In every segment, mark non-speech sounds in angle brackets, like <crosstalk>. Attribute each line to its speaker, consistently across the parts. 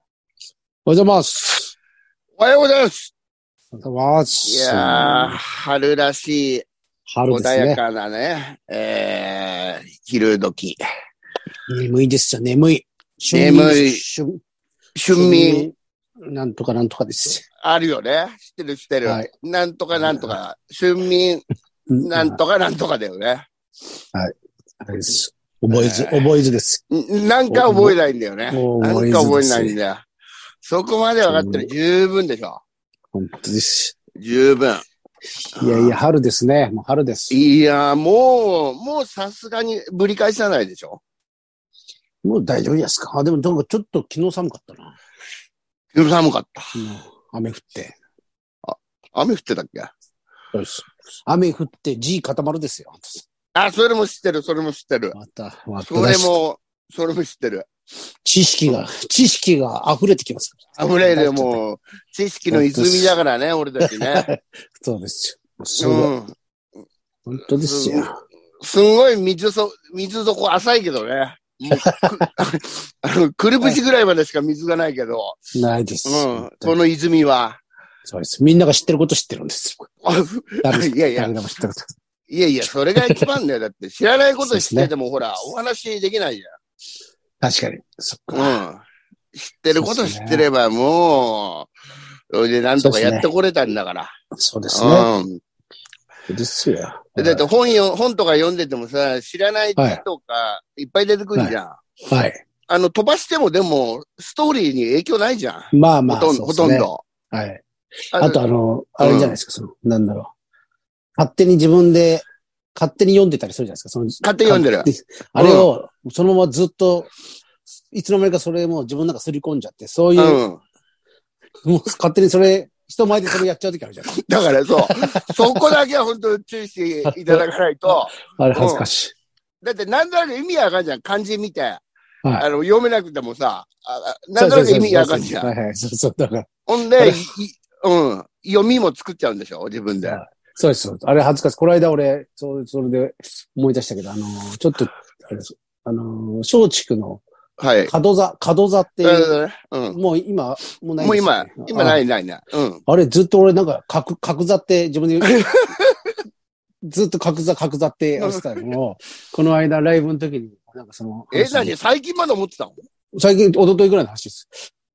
Speaker 1: おはようございます。
Speaker 2: おはようございます。
Speaker 1: おはようございます。
Speaker 2: いやー、春らしい、
Speaker 1: 春で
Speaker 2: 穏
Speaker 1: す
Speaker 2: や
Speaker 1: ね。
Speaker 2: かなね、えー、昼時。
Speaker 1: 眠いですよ、眠い。
Speaker 2: 眠い
Speaker 1: 春眠。
Speaker 2: 春眠、
Speaker 1: 春眠なんとかなんとかです。
Speaker 2: あるよね。知ってる知ってる。
Speaker 1: はい
Speaker 2: なんとかなんとか。春眠、なん
Speaker 1: と。
Speaker 2: とかなんとかだよね。
Speaker 1: あれです。覚えず、
Speaker 2: えー
Speaker 1: 覚えずです。
Speaker 2: んなんか覚えないんだよね。
Speaker 1: もう
Speaker 2: な
Speaker 1: 覚え
Speaker 2: ん
Speaker 1: ずで
Speaker 2: か
Speaker 1: す
Speaker 2: 覚えないんだよ。そこまで分かってる。十分でしょ。
Speaker 1: 本当です。
Speaker 2: 十分。
Speaker 1: いやいや、春ですね。もう春です。
Speaker 2: いやー、もう、もうさすがにぶり返さないでしょ。
Speaker 1: もう大丈夫ですかあ、でもなんかちょっと昨日寒かったな。
Speaker 2: 昼寒かった。
Speaker 1: 昨日雨降って。
Speaker 2: 雨降ってたっけ
Speaker 1: そうです雨降って地固まるですよ。
Speaker 2: あ、それも知ってる、それも知ってる。
Speaker 1: また、また
Speaker 2: それも、それも知ってる。
Speaker 1: 知識が、知識が溢れてきますから。
Speaker 2: あふれで
Speaker 1: う。
Speaker 2: もう、知識の泉だからね、俺たちね。
Speaker 1: <laughs> そうですよ。す
Speaker 2: う
Speaker 1: ごい。
Speaker 2: ん。
Speaker 1: 本当ですよ。
Speaker 2: すごい水そ、水底浅いけどね。もうく <laughs> あの、くるぶしぐらいまでしか水がないけど、
Speaker 1: ないです。
Speaker 2: うん
Speaker 1: 本。当
Speaker 2: こ
Speaker 1: に
Speaker 2: の泉は。
Speaker 1: そうです。みんなが知ってること知ってるんですよ。
Speaker 2: あふ
Speaker 1: 誰
Speaker 2: <laughs> いやいや
Speaker 1: 誰、でも知ってること。
Speaker 2: いやいや、それが一番だよ。だって、知らないこと知
Speaker 1: そうで
Speaker 2: っ
Speaker 1: す
Speaker 2: てても、ほら、お話できないじ
Speaker 1: 確かに。そっ
Speaker 2: ゃ
Speaker 1: か。
Speaker 2: ん。うん。知ってるこ
Speaker 1: そう
Speaker 2: と
Speaker 1: です
Speaker 2: 知
Speaker 1: ね
Speaker 2: ってれば、もう、それでなんとかやってこれたんだから。
Speaker 1: そうですね。
Speaker 2: うん。
Speaker 1: ですよ。
Speaker 2: だって本よ、本とか読んでてもさ、知らない字とかいっぱい出てくるじゃん。
Speaker 1: はい。
Speaker 2: あの、飛ばしてもでも、ストーリーに影響ないじゃん。
Speaker 1: まあまあ、
Speaker 2: ほとんど、
Speaker 1: そう
Speaker 2: ほ
Speaker 1: です
Speaker 2: とん
Speaker 1: ね。
Speaker 2: ど。
Speaker 1: はい。
Speaker 2: あ
Speaker 1: あとあの、あれじゃないですか、その、なんだろう。勝手に自分で、勝手に読んでたりするじゃないですか、その。
Speaker 2: 勝手に読んでる
Speaker 1: 勝手にあれを、そのままずっと、いつの間にかそれも自分の中すり込んじゃって、そういう、
Speaker 2: うん。
Speaker 1: もう勝手にそれ、人前でそれやっちゃうときあるじゃないです
Speaker 2: だからそう、 <laughs> そこだけは本当に注意していただかない
Speaker 1: <laughs>
Speaker 2: と。
Speaker 1: か。あれ恥ずかしい。
Speaker 2: だってなんとなく意味わかんじゃん、漢字見て。あ
Speaker 1: は
Speaker 2: の、読めなくてもさ、ああなんとなく意味わかんじゃん。
Speaker 1: はいはい、そうそう、だから。
Speaker 2: ほん
Speaker 1: あ
Speaker 2: で、
Speaker 1: れ
Speaker 2: いうん。読みも作っちゃうんでしょ自分で。
Speaker 1: はいそうです。そうですあれ恥ずかしい。この間俺、そうそれで思い出したけど、あのー、ちょっと、あれです。あのー、松竹の
Speaker 2: はい。
Speaker 1: 角座、角座って
Speaker 2: だから
Speaker 1: いう、
Speaker 2: ねうん。
Speaker 1: もう今、もうないん
Speaker 2: もう
Speaker 1: ですよ
Speaker 2: 今
Speaker 1: ね、
Speaker 2: 今ないないない。うん。
Speaker 1: ああれずっと俺なんか、角、角座って自分で言うずっと角座、角座ってやってたのを、この間ライブの時に、なんかその、
Speaker 2: え、何最近まで思ってたの
Speaker 1: 最近、一昨日ぐらいの話です。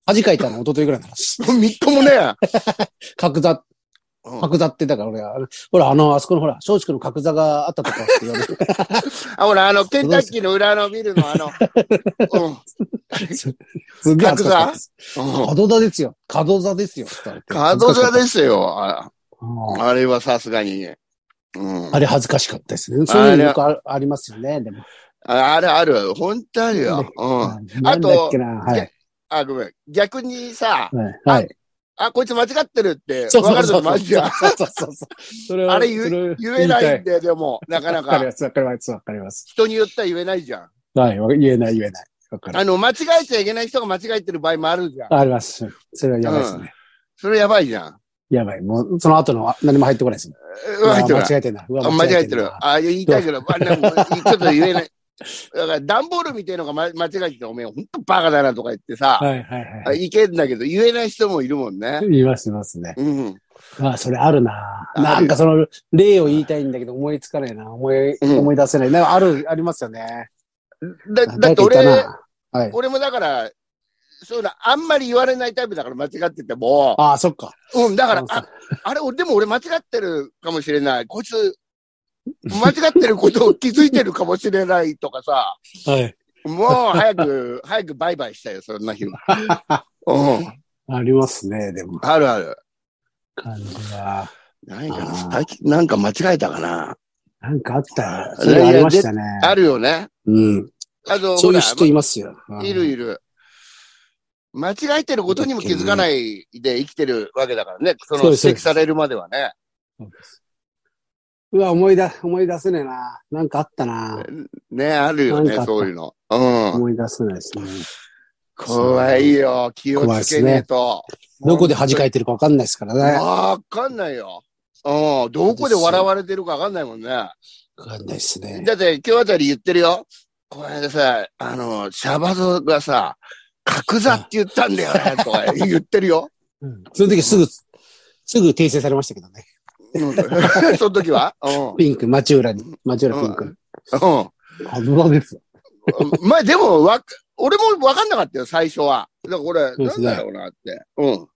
Speaker 1: 恥かいたの一昨日ぐらいの話。
Speaker 2: みっともね
Speaker 1: 角座
Speaker 2: うん <laughs>
Speaker 1: 角座って、だから俺、あれほら、あの、あそこのほら、松竹の角座があったとこって言わ
Speaker 2: <laughs>
Speaker 1: れて、
Speaker 2: あ、ほら、あの、ケンタッキーの裏の
Speaker 1: <laughs>
Speaker 2: ビルのあの、うん。うん
Speaker 1: すっげえ恥ずかしかったです。角座ですよ。角座ですよ。。
Speaker 2: 角座ですすよ。あ
Speaker 1: うん
Speaker 2: あれはさすがに。うん。
Speaker 1: あれ恥ずかしかったですね。そういうのよくあありますよね。でも。
Speaker 2: ああるある。本当あるよ。うん。
Speaker 1: うんなんだっけな。はい。
Speaker 2: げあ、ごめん。逆にさ、
Speaker 1: はいはい。
Speaker 2: あ、こいつ間違ってるって、
Speaker 1: そう
Speaker 2: わ
Speaker 1: そ
Speaker 2: か
Speaker 1: う
Speaker 2: る
Speaker 1: そ
Speaker 2: と
Speaker 1: う。
Speaker 2: きもあるじゃん。
Speaker 1: そうそうそうそう。それは
Speaker 2: あれ言う
Speaker 1: それを
Speaker 2: 言えな
Speaker 1: 言
Speaker 2: い
Speaker 1: い
Speaker 2: んだよ、でも。なかな
Speaker 1: た
Speaker 2: か
Speaker 1: いわかりま。す、わかります、わかります。
Speaker 2: 人によっては言えないじゃん。
Speaker 1: はい。わ言えない、言えない。わかる。
Speaker 2: あの、間違えちゃいけない人が間違えてる場合もあるじゃん。
Speaker 1: あります。それはやばいですね。
Speaker 2: それやばいじゃん。
Speaker 1: やばい。もう、その後のあ何も入ってこないですね。
Speaker 2: うわ、入って
Speaker 1: う
Speaker 2: る
Speaker 1: わ間違えてるな。うわ
Speaker 2: あ間違えてる。
Speaker 1: な
Speaker 2: あ、言いたいけど、あなんかちょっと言えない。だから、段ボールみたいのが、ま、間違えてて、おめえ、ほんとバカだなとか言ってさ、
Speaker 1: はいはいはい
Speaker 2: あ
Speaker 1: はい。
Speaker 2: いけんだけど、言えない人もいるもんね。
Speaker 1: 言います、言いますね。
Speaker 2: うん。
Speaker 1: あ、それあるな。
Speaker 2: あるよ
Speaker 1: なんかその例を言いたいんだけど思いつかないな。思い、
Speaker 2: うん
Speaker 1: 思い出せない。なんかある、ありますよね。
Speaker 2: だ、だって
Speaker 1: 誰かい
Speaker 2: 俺
Speaker 1: た、なはい。
Speaker 2: 俺もだから、そういうの、あんまり言われないタイプだから、間違ってても、
Speaker 1: ああ、そっか。
Speaker 2: うん、だから
Speaker 1: あ、
Speaker 2: あ、あれ、俺、でも俺間違ってるかもしれない。こいつ、間違ってることを気づいてるかもしれないとかさ、
Speaker 1: はい。
Speaker 2: もう早く、早くバイバイしたよ、そんな日は。 <laughs> うん、
Speaker 1: ありますね、でも。
Speaker 2: あるある。
Speaker 1: 感じが。
Speaker 2: ないか
Speaker 1: あ
Speaker 2: な
Speaker 1: ー
Speaker 2: 最近なんか間違えたかな
Speaker 1: なんかあった。それありましたね。
Speaker 2: あるよね。
Speaker 1: うん。
Speaker 2: あと、
Speaker 1: そういう
Speaker 2: ほ
Speaker 1: 人
Speaker 2: ら
Speaker 1: いますよ。うん
Speaker 2: いるいる。間違えてることにも気づかないで生きてるわけだからね。その
Speaker 1: そうです
Speaker 2: 指摘されるまではね。
Speaker 1: うわ、思い出、思い出せねえな。なんかあったな。
Speaker 2: ね、あるよ
Speaker 1: なん
Speaker 2: ね
Speaker 1: かあ、った
Speaker 2: そういうの。うん。
Speaker 1: 思い出せないですね。
Speaker 2: 怖いよ。気をつけねえと。
Speaker 1: どこで恥かいてるかわかんないですからね。
Speaker 2: わかんないよ。うん。どこで笑われてるかわかんないもんね。だ
Speaker 1: わかんないですね。
Speaker 2: って今日あたり言ってるよ。この間さ、あの、シャバゾがさ、角座って言ったんだよ
Speaker 1: <laughs>
Speaker 2: ね、とか言ってるよ。
Speaker 1: うんその時すぐ、すぐ訂正されましたけどね。 <laughs>
Speaker 2: うんその時は。うん。
Speaker 1: ピンク、町浦に。町浦ピンク。
Speaker 2: うん。
Speaker 1: 危なですよ。
Speaker 2: まあでも、わ、俺も分かんなかったよ、最初は。だからこれ、
Speaker 1: そうで
Speaker 2: な
Speaker 1: す
Speaker 2: ん
Speaker 1: ね
Speaker 2: だろうなって。うん。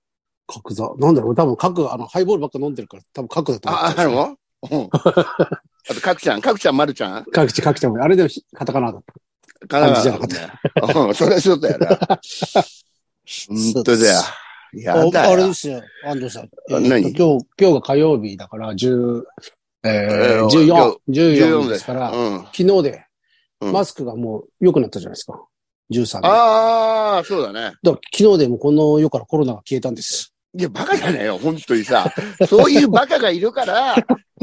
Speaker 1: 角座。なんだろう多分角、あの、ハイボールばっか飲んでるから、多分角だと思
Speaker 2: あ、
Speaker 1: う。
Speaker 2: あの
Speaker 1: <laughs>
Speaker 2: うん。あと、かくちゃん、かくちゃん、まるちゃん。
Speaker 1: 各地各地も、あれでもひカタカナだっ
Speaker 2: 感。
Speaker 1: じじゃなかった
Speaker 2: うん、それはそうだよ
Speaker 1: <laughs>
Speaker 2: な。本当だよ。や
Speaker 1: た。あ
Speaker 2: だ
Speaker 1: あれ
Speaker 2: よ
Speaker 1: で。すよ、安藤さん。
Speaker 2: 何
Speaker 1: えーと今日、今日が火曜日だから、10、え
Speaker 2: え
Speaker 1: ー、
Speaker 2: ー
Speaker 1: 14、14
Speaker 2: 14
Speaker 1: ですから、
Speaker 2: うん。
Speaker 1: 昨日で、
Speaker 2: うん
Speaker 1: マスクがもう良くなったじゃないですか。13で。
Speaker 2: ああ、そうだね。
Speaker 1: だから昨日でもこの世からコロナが消えたんです。
Speaker 2: いや、バカじゃねえよ、本当にさ。そういうバカがいる
Speaker 1: <laughs>
Speaker 2: から、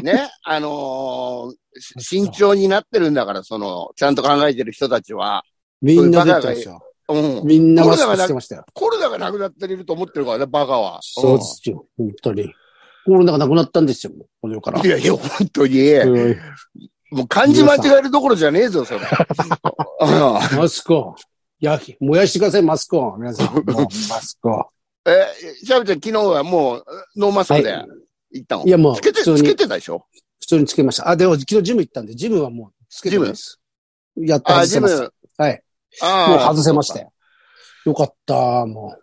Speaker 2: ね、あのーし慎重になってるんだから、その、ちゃんと考えてる人たちは。
Speaker 1: みんな出てたんですよ。
Speaker 2: うん。
Speaker 1: みんなマスクしてましたよ。
Speaker 2: コロナがなくなってると思ってるからね、バカは。
Speaker 1: そうですよ、本当に。コロナがなくなったんですよ、もうこの世から
Speaker 2: うん。い。やいや、本当に。
Speaker 1: うん
Speaker 2: もう漢字間違えるどころじゃねえ
Speaker 1: <laughs>
Speaker 2: ぞ、それ。うん
Speaker 1: マスクを。やき、燃やしてください、マスクを。皆
Speaker 2: <laughs>
Speaker 1: さん、もうマスクを。
Speaker 2: え、シャブちゃん、昨日はもう、ノーマス
Speaker 1: は
Speaker 2: ク
Speaker 1: い。
Speaker 2: で行ったの、
Speaker 1: いや、もう、
Speaker 2: つけ
Speaker 1: 普
Speaker 2: て、
Speaker 1: 通
Speaker 2: つけ
Speaker 1: に、
Speaker 2: てたでしょ
Speaker 1: 普通につけました。あ、でも、昨日ジム行ったんで、ジムはもう、つけてないです。やった
Speaker 2: あ、
Speaker 1: 外
Speaker 2: ジ
Speaker 1: せ
Speaker 2: ム
Speaker 1: ま。した。はい。
Speaker 2: あ
Speaker 1: もう外せました。よ。よかった、も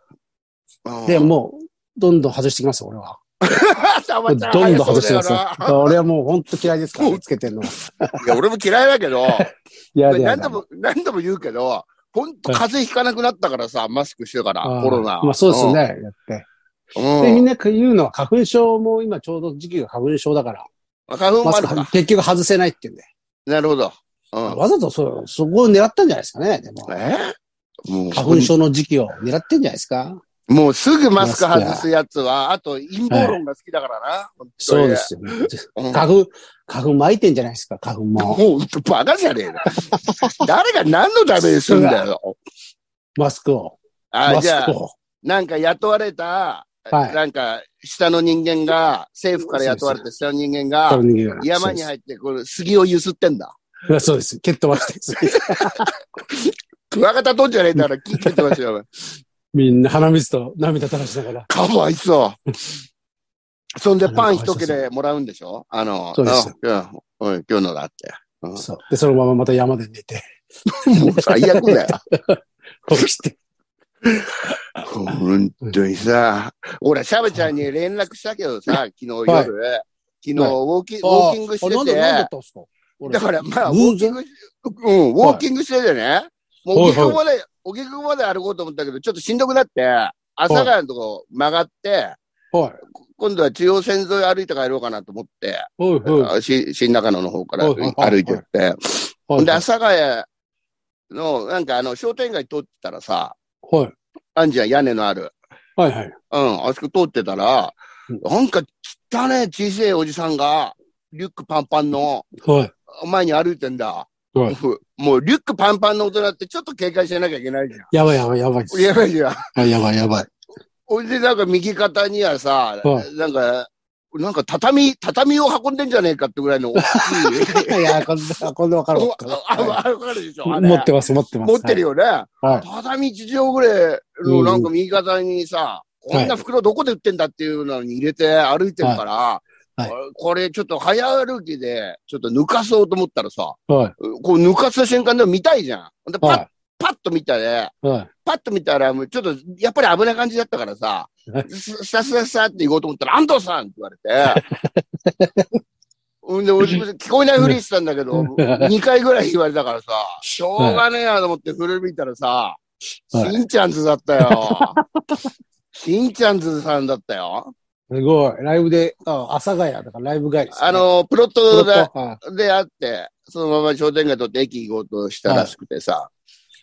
Speaker 2: そうか
Speaker 1: う。で、、もう、どんどん外してきますよ、俺は。
Speaker 2: <laughs> た
Speaker 1: ど
Speaker 2: ま
Speaker 1: ん
Speaker 2: ちゃん、
Speaker 1: どん外してますよ。
Speaker 2: 早そうだよ
Speaker 1: だから俺はもう本当嫌いですからね、つけてんのは。
Speaker 2: <laughs> ないや、俺も嫌いだけど、
Speaker 1: いや
Speaker 2: 何
Speaker 1: いやいや
Speaker 2: 度。も、何度も言うけど、本当風邪ひかなくなったからさ、マスクしてから、
Speaker 1: あー
Speaker 2: コロナ。
Speaker 1: まあそうですね、やって。
Speaker 2: うん。
Speaker 1: で、
Speaker 2: う
Speaker 1: みん
Speaker 2: ん。
Speaker 1: な言うのは花粉症も今ちょうど時期が花粉症だから、
Speaker 2: 花粉も
Speaker 1: マ
Speaker 2: あ
Speaker 1: ス
Speaker 2: るから
Speaker 1: ク。結局外せないっていうんで。
Speaker 2: なるほど。うん。
Speaker 1: わざとそう、そこを狙ったんじゃないですかね。でも
Speaker 2: えもう、
Speaker 1: 花粉症の時期を狙ってんじゃないですか。
Speaker 2: もうすぐマスク外すやつは、あと陰謀論が好きだからな。本当に
Speaker 1: そうで。すよ、ね。
Speaker 2: うん
Speaker 1: <laughs> 花粉、花粉巻いてんじゃないですか、花粉も。
Speaker 2: もう、バカじゃねえの。誰が何のためにするんだよ。
Speaker 1: マスクを。
Speaker 2: あ、
Speaker 1: マ
Speaker 2: じ
Speaker 1: ス
Speaker 2: ゃ
Speaker 1: ク
Speaker 2: あ、
Speaker 1: を。
Speaker 2: なんか雇われた、
Speaker 1: はい
Speaker 2: なんか、下の人間が、政府から雇われた下の人間が、山に
Speaker 1: 入
Speaker 2: 入って、これ、杉をゆすってんだ。
Speaker 1: って。そうです。ケットマスクです。
Speaker 2: クワガタとんじゃねえんだから、聞いてってます
Speaker 1: <laughs>
Speaker 2: よ。
Speaker 1: みんな鼻水と涙垂らしながら。
Speaker 2: かわいそう。そんで、パン一切れもらうんでしょあの、
Speaker 1: そうです
Speaker 2: あうんうん今日のだって。
Speaker 1: そう。で、そのまままた山で寝て、
Speaker 2: もう最悪だよ。
Speaker 1: 起きて。
Speaker 2: 本当にさ、俺、シャブちゃんに連絡したけどさ、昨日夜、
Speaker 1: はい
Speaker 2: 昨日ウォーキング、ウォーキングして、
Speaker 1: あなんだ、なんだってたんですか俺
Speaker 2: だからまあ、ウォ
Speaker 1: 偶
Speaker 2: ーキ
Speaker 1: 然
Speaker 2: ング、うん、ウォーキングしててね、もう、
Speaker 1: はい
Speaker 2: 荻窪まで、荻窪まで歩こうと思ったけど、ちょっとしんどくなって、朝佐ヶ谷のとこ曲がって、
Speaker 1: はい。
Speaker 2: 今度は中央線沿い歩いて帰ろうかなと思って、
Speaker 1: はい、は
Speaker 2: し新中野の方から
Speaker 1: はいはいはい
Speaker 2: 歩いてって、
Speaker 1: い。はい。
Speaker 2: で、阿佐ヶ谷の、なんかあの、商店街通ってたらさ、
Speaker 1: はい。
Speaker 2: あんじゃん、屋根のある。
Speaker 1: はい、はい。
Speaker 2: うん、あそこ通ってたら、
Speaker 1: うん
Speaker 2: なんか汚ねえ小さいおじさんが、リュックパンパンの
Speaker 1: はい。
Speaker 2: 前に歩いてんだ。
Speaker 1: はい
Speaker 2: もうもうリュックパンパンの大人ってちょっと警戒しなきゃいけないじゃ
Speaker 1: やばい、やばい、やばいです
Speaker 2: ん。。やばいじゃん。
Speaker 1: はいやばい、やばい。
Speaker 2: ほいでなんか右肩にはさ、
Speaker 1: は
Speaker 2: なんか、なんか畳、畳を運んでんじゃねえかってぐらいの大きい
Speaker 1: <laughs> いや、こんな、こんなわかるわ
Speaker 2: お
Speaker 1: <laughs> かる。
Speaker 2: ああ <laughs> わかるでしょあれ
Speaker 1: 持ってます、持ってます。
Speaker 2: 持ってるよね。
Speaker 1: はい。
Speaker 2: 畳一畳ぐらいのなんか右肩にさ、
Speaker 1: うん
Speaker 2: こんな袋どこで売ってんだっていうのに入れて歩いてるから、
Speaker 1: いは
Speaker 2: あ
Speaker 1: い
Speaker 2: これちょっと早歩きで、ちょっと抜かそうと思ったらさ、
Speaker 1: は
Speaker 2: こう抜かした瞬間でも見たいじゃん。で
Speaker 1: い。
Speaker 2: パッ、
Speaker 1: は
Speaker 2: パッと見たね。
Speaker 1: い。はい。
Speaker 2: パッと見たら、もうちょっと、やっぱり危ない感じだったからさ
Speaker 1: は、
Speaker 2: すさすささって行こうと思ったら、安藤さんって言われて。
Speaker 1: <laughs>
Speaker 2: ほんで、俺、聞こえないふりしてたんだけど、2回ぐらい言われたからさ、しょうがねえなと思って振り見たらさ、
Speaker 1: はい
Speaker 2: しんちゃんズだった
Speaker 1: <laughs>
Speaker 2: よ。しんちゃんズさんだったよ。
Speaker 1: すごい。ライブで、あ、阿佐ヶ谷だからライブ帰りですね。
Speaker 2: あの、プロッ
Speaker 1: プロ
Speaker 2: ト
Speaker 1: ット、
Speaker 2: で
Speaker 1: はい
Speaker 2: であって、そのまま商店街取って駅行こうとしたらしくてさ、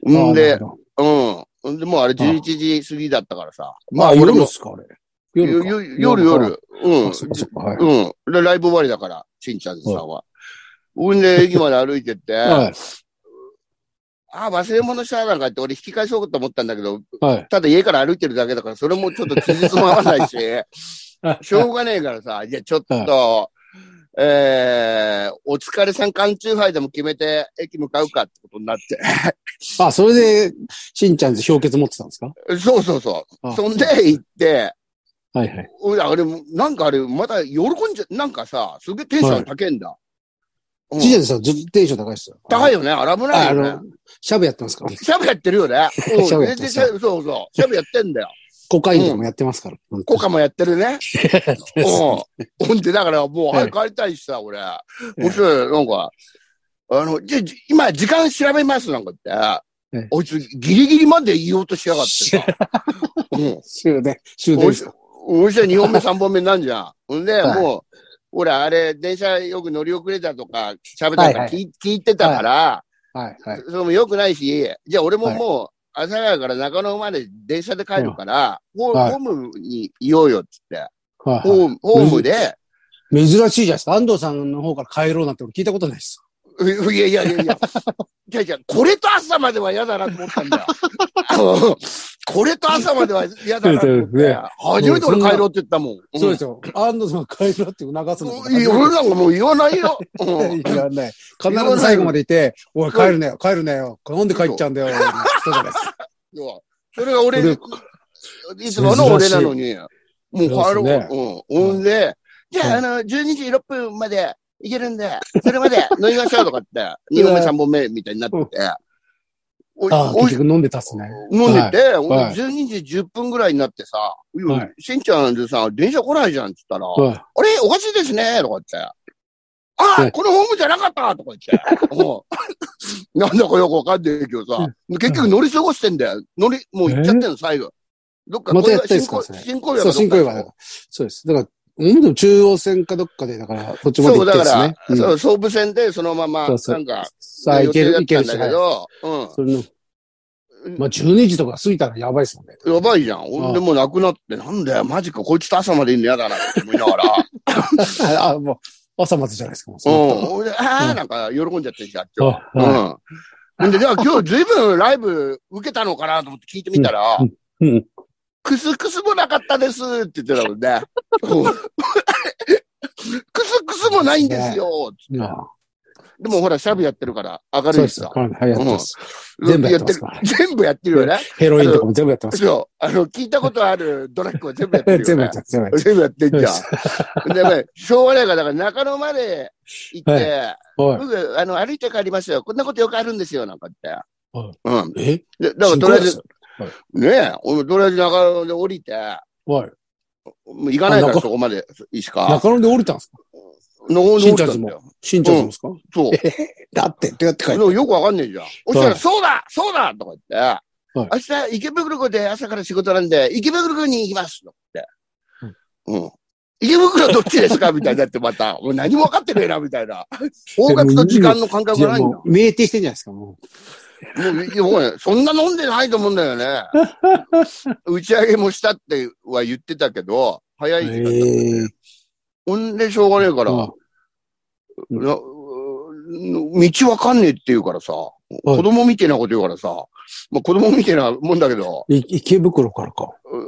Speaker 1: あー
Speaker 2: んで
Speaker 1: な、るほど
Speaker 2: うん。んで、もうあれ11時過ぎだったからさ。
Speaker 1: まあ、
Speaker 2: 俺
Speaker 1: 夜
Speaker 2: も
Speaker 1: ですか、あれ。夜か。
Speaker 2: 夜、夜、夜。うん
Speaker 1: あ。そっかそっか、はい。
Speaker 2: うん。でライブ終わりだから、しんちゃんさんは。ほんで、駅まで歩いてって、
Speaker 1: はい。
Speaker 2: あ、忘れ物したなんかって、俺引き返そうと思ったんだけど、
Speaker 1: はい。
Speaker 2: ただ家から歩いてるだけだから、それ
Speaker 1: <laughs>
Speaker 2: もちょっと傷つまわないし、しょうがねえからさ、じゃあちょっと、えー、お疲れさん缶中杯でも決めて駅向かうかってことになって。
Speaker 1: あ、それで、しんちゃんズ氷結持ってたんですか
Speaker 2: そうそうそう。
Speaker 1: あ
Speaker 2: そんで行って、
Speaker 1: はいはい。
Speaker 2: 俺、あれ、なんかあれ、また喜んじゃ、なんかさ、すげえテンション高えんだ。うん
Speaker 1: しんちゃんズさ、ずっとテンション高いですよ。
Speaker 2: 高い
Speaker 1: よ。
Speaker 2: よね、荒ぶない
Speaker 1: ああ
Speaker 2: よね
Speaker 1: の。、シャブやってますから。
Speaker 2: シャブやってるよ
Speaker 1: <laughs>
Speaker 2: ね。うん
Speaker 1: シャブやって
Speaker 2: で
Speaker 1: る
Speaker 2: シャブそうそう。シャブやってん
Speaker 1: <laughs>
Speaker 2: だよ。
Speaker 1: コカインとかもやってますから。
Speaker 2: コカもやってる
Speaker 1: <laughs>
Speaker 2: ね。うん。
Speaker 1: そ
Speaker 2: ほんで、だからもう
Speaker 1: は
Speaker 2: 早
Speaker 1: い
Speaker 2: く帰りたいしさ、俺。
Speaker 1: え
Speaker 2: そしたら、なんか、あの、じゃ、じ今、時間調べます、なんかって
Speaker 1: ええ。
Speaker 2: あいつ、ギリギリまで言おうとしや
Speaker 1: <laughs>
Speaker 2: がってさ。うん。
Speaker 1: 終電、終電
Speaker 2: お
Speaker 1: で
Speaker 2: いし
Speaker 1: すか。
Speaker 2: おいし2本目、3本目になんじゃん。ほんで、
Speaker 1: <laughs> はい
Speaker 2: もう、俺、あれ、電車よく乗り遅れたとか、喋った
Speaker 1: は
Speaker 2: と
Speaker 1: い
Speaker 2: か
Speaker 1: はい
Speaker 2: 聞い聞いてたから、
Speaker 1: はいはい。
Speaker 2: それも良くないし、じゃあ俺も
Speaker 1: はい
Speaker 2: もう、朝ヶ谷から中野まで電車で帰るから、ホ
Speaker 1: はい
Speaker 2: ホームにいようよっつって、
Speaker 1: はいはい
Speaker 2: ホーム、ホームで、
Speaker 1: 珍しいじゃないですか。安藤さんの方から帰ろうなんて俺聞いたことないです。
Speaker 2: ういやいやいやいや、じゃじゃこれと朝までは嫌だなと思ったんだよ。 <laughs> あのこれと朝までは嫌だなと思っ
Speaker 1: そうです
Speaker 2: て、初めて俺帰ろうって言ったもん。
Speaker 1: そうですよ。安藤さんが帰ろうって促すの
Speaker 2: うんいや俺なんかもう言わないよ。うん
Speaker 1: いやね、必ず最後までいて、おい、帰るなよ、帰るなよ、なんで帰っちゃうんだよ、そうじゃないですか。
Speaker 2: それが俺、
Speaker 1: それ
Speaker 2: いつもの俺なのに、もう帰ろう。
Speaker 1: そうです
Speaker 2: うん。ほんで、じゃあ、あの、12時6分まで行けるんで、それまで飲みましょうと
Speaker 1: <laughs>
Speaker 2: かって、2本目、3本目みたいになってて、おい
Speaker 1: ああ、
Speaker 2: おい
Speaker 1: 結局飲んでたっすね。
Speaker 2: 飲んでて、俺
Speaker 1: はい
Speaker 2: 12時10分ぐらいになってさ、いや
Speaker 1: はい
Speaker 2: しんちゃんでさ、電車来ないじゃんって言ったら、
Speaker 1: はい。
Speaker 2: あれおかしいですねとか言って。ああ、
Speaker 1: はい
Speaker 2: このホームじゃなかったとか言って。もうなん <laughs> だかよくわかんねえけどさ。結局乗り過ごしてんだよ。乗り、もう行っちゃってんの、最後。どっか、
Speaker 1: またやっ
Speaker 2: こ
Speaker 1: た
Speaker 2: れ
Speaker 1: ん
Speaker 2: が
Speaker 1: すか
Speaker 2: 新
Speaker 1: そ
Speaker 2: 小新小
Speaker 1: れ
Speaker 2: 岩
Speaker 1: そう、新小岩
Speaker 2: だ
Speaker 1: だから。そうです。だから、うんでも中央線かどっかで、だから、こっちまで
Speaker 2: そ
Speaker 1: 行
Speaker 2: う、だ
Speaker 1: ってで
Speaker 2: か
Speaker 1: す
Speaker 2: ら
Speaker 1: ね、。うん
Speaker 2: そう総武線でそのまま、
Speaker 1: そうそう
Speaker 2: なんか、
Speaker 1: さあ、行ける、行ける
Speaker 2: んだ
Speaker 1: し、
Speaker 2: け
Speaker 1: はい
Speaker 2: ど、うん。
Speaker 1: それのまあ、12時とか過ぎたらやばいっすもんね。
Speaker 2: やばいじゃん。ほんでもうなくなって、なんだよ、マジか、こいつと朝までいんの嫌だなって思い
Speaker 1: <laughs>
Speaker 2: ながら。
Speaker 1: あ、もう、朝までじゃないですか、もう
Speaker 2: う
Speaker 1: その後
Speaker 2: ん。俺あ
Speaker 1: う
Speaker 2: あ、
Speaker 1: ん
Speaker 2: なんか喜んじゃってんじゃん、今日。
Speaker 1: あは
Speaker 2: うん。んで、じゃあ今日ずいぶんライブ受けたのかなと思って聞いてみたら、
Speaker 1: い。うん。
Speaker 2: クスクスもなかったですって言ってたもんね。クスクスもないんですよ。
Speaker 1: いや
Speaker 2: でもほら、シャブやってるから明る
Speaker 1: そう
Speaker 2: い
Speaker 1: で
Speaker 2: し
Speaker 1: す
Speaker 2: さ
Speaker 1: よ。。はい、やってます。全部やってますから
Speaker 2: る。全部やってるよね。
Speaker 1: ヘロインとかも全部やってます。
Speaker 2: そう。あの、聞いたことあるドラッグは全部やってるよ、ね。
Speaker 1: <laughs> 全部やってます、全部やって
Speaker 2: 全部やってんじ
Speaker 1: ま
Speaker 2: ゃ
Speaker 1: す。
Speaker 2: ん。で、やっぱりしょうがないから、だから中野まで行って、
Speaker 1: はい。
Speaker 2: 僕、あの、歩いて帰りますよ。こんなことよくあるんですよ、なんかって。
Speaker 1: はい
Speaker 2: うん。
Speaker 1: え
Speaker 2: でだから、とりあえ
Speaker 1: す
Speaker 2: ず、
Speaker 1: ご
Speaker 2: ねえ、俺とりあえず中野で降りて、
Speaker 1: いですよ
Speaker 2: もう行かないか
Speaker 1: あ
Speaker 2: ら
Speaker 1: 中
Speaker 2: そこまで、いいし
Speaker 1: はい。
Speaker 2: か。
Speaker 1: 中野で降りたんですか
Speaker 2: のほで降りたんだよ。
Speaker 1: 新ちゃんですか
Speaker 2: そう。
Speaker 1: だって、どうやって帰
Speaker 2: で
Speaker 1: る
Speaker 2: もよくわかんねえじゃん。そした
Speaker 1: は
Speaker 2: ら、
Speaker 1: い
Speaker 2: そうだそうだとか言って、明日、池袋区で朝から仕事なんで、池袋区に行きますとか言って。うん。池袋どっちですかみたいになってまた、もう何も分かってねえな、みたいな。方角と時間の感覚
Speaker 1: じ
Speaker 2: がな
Speaker 1: ゃあ
Speaker 2: いんだ。
Speaker 1: もう、明定してんじゃないですか、も
Speaker 2: もういや、僕ねそんな飲んでないと思うんだよ
Speaker 1: <laughs>
Speaker 2: ね。打ち上げもしたっては言ってたけど、早
Speaker 1: う。
Speaker 2: い時間だったん
Speaker 1: え
Speaker 2: で
Speaker 1: え。
Speaker 2: ほんでしょうがねえから、
Speaker 1: あうん
Speaker 2: なうん道わかんねえって言うからさ、子供みてえなこと言うからさ、まあ、子供みてえなもんだけど、
Speaker 1: い池袋からか。
Speaker 2: う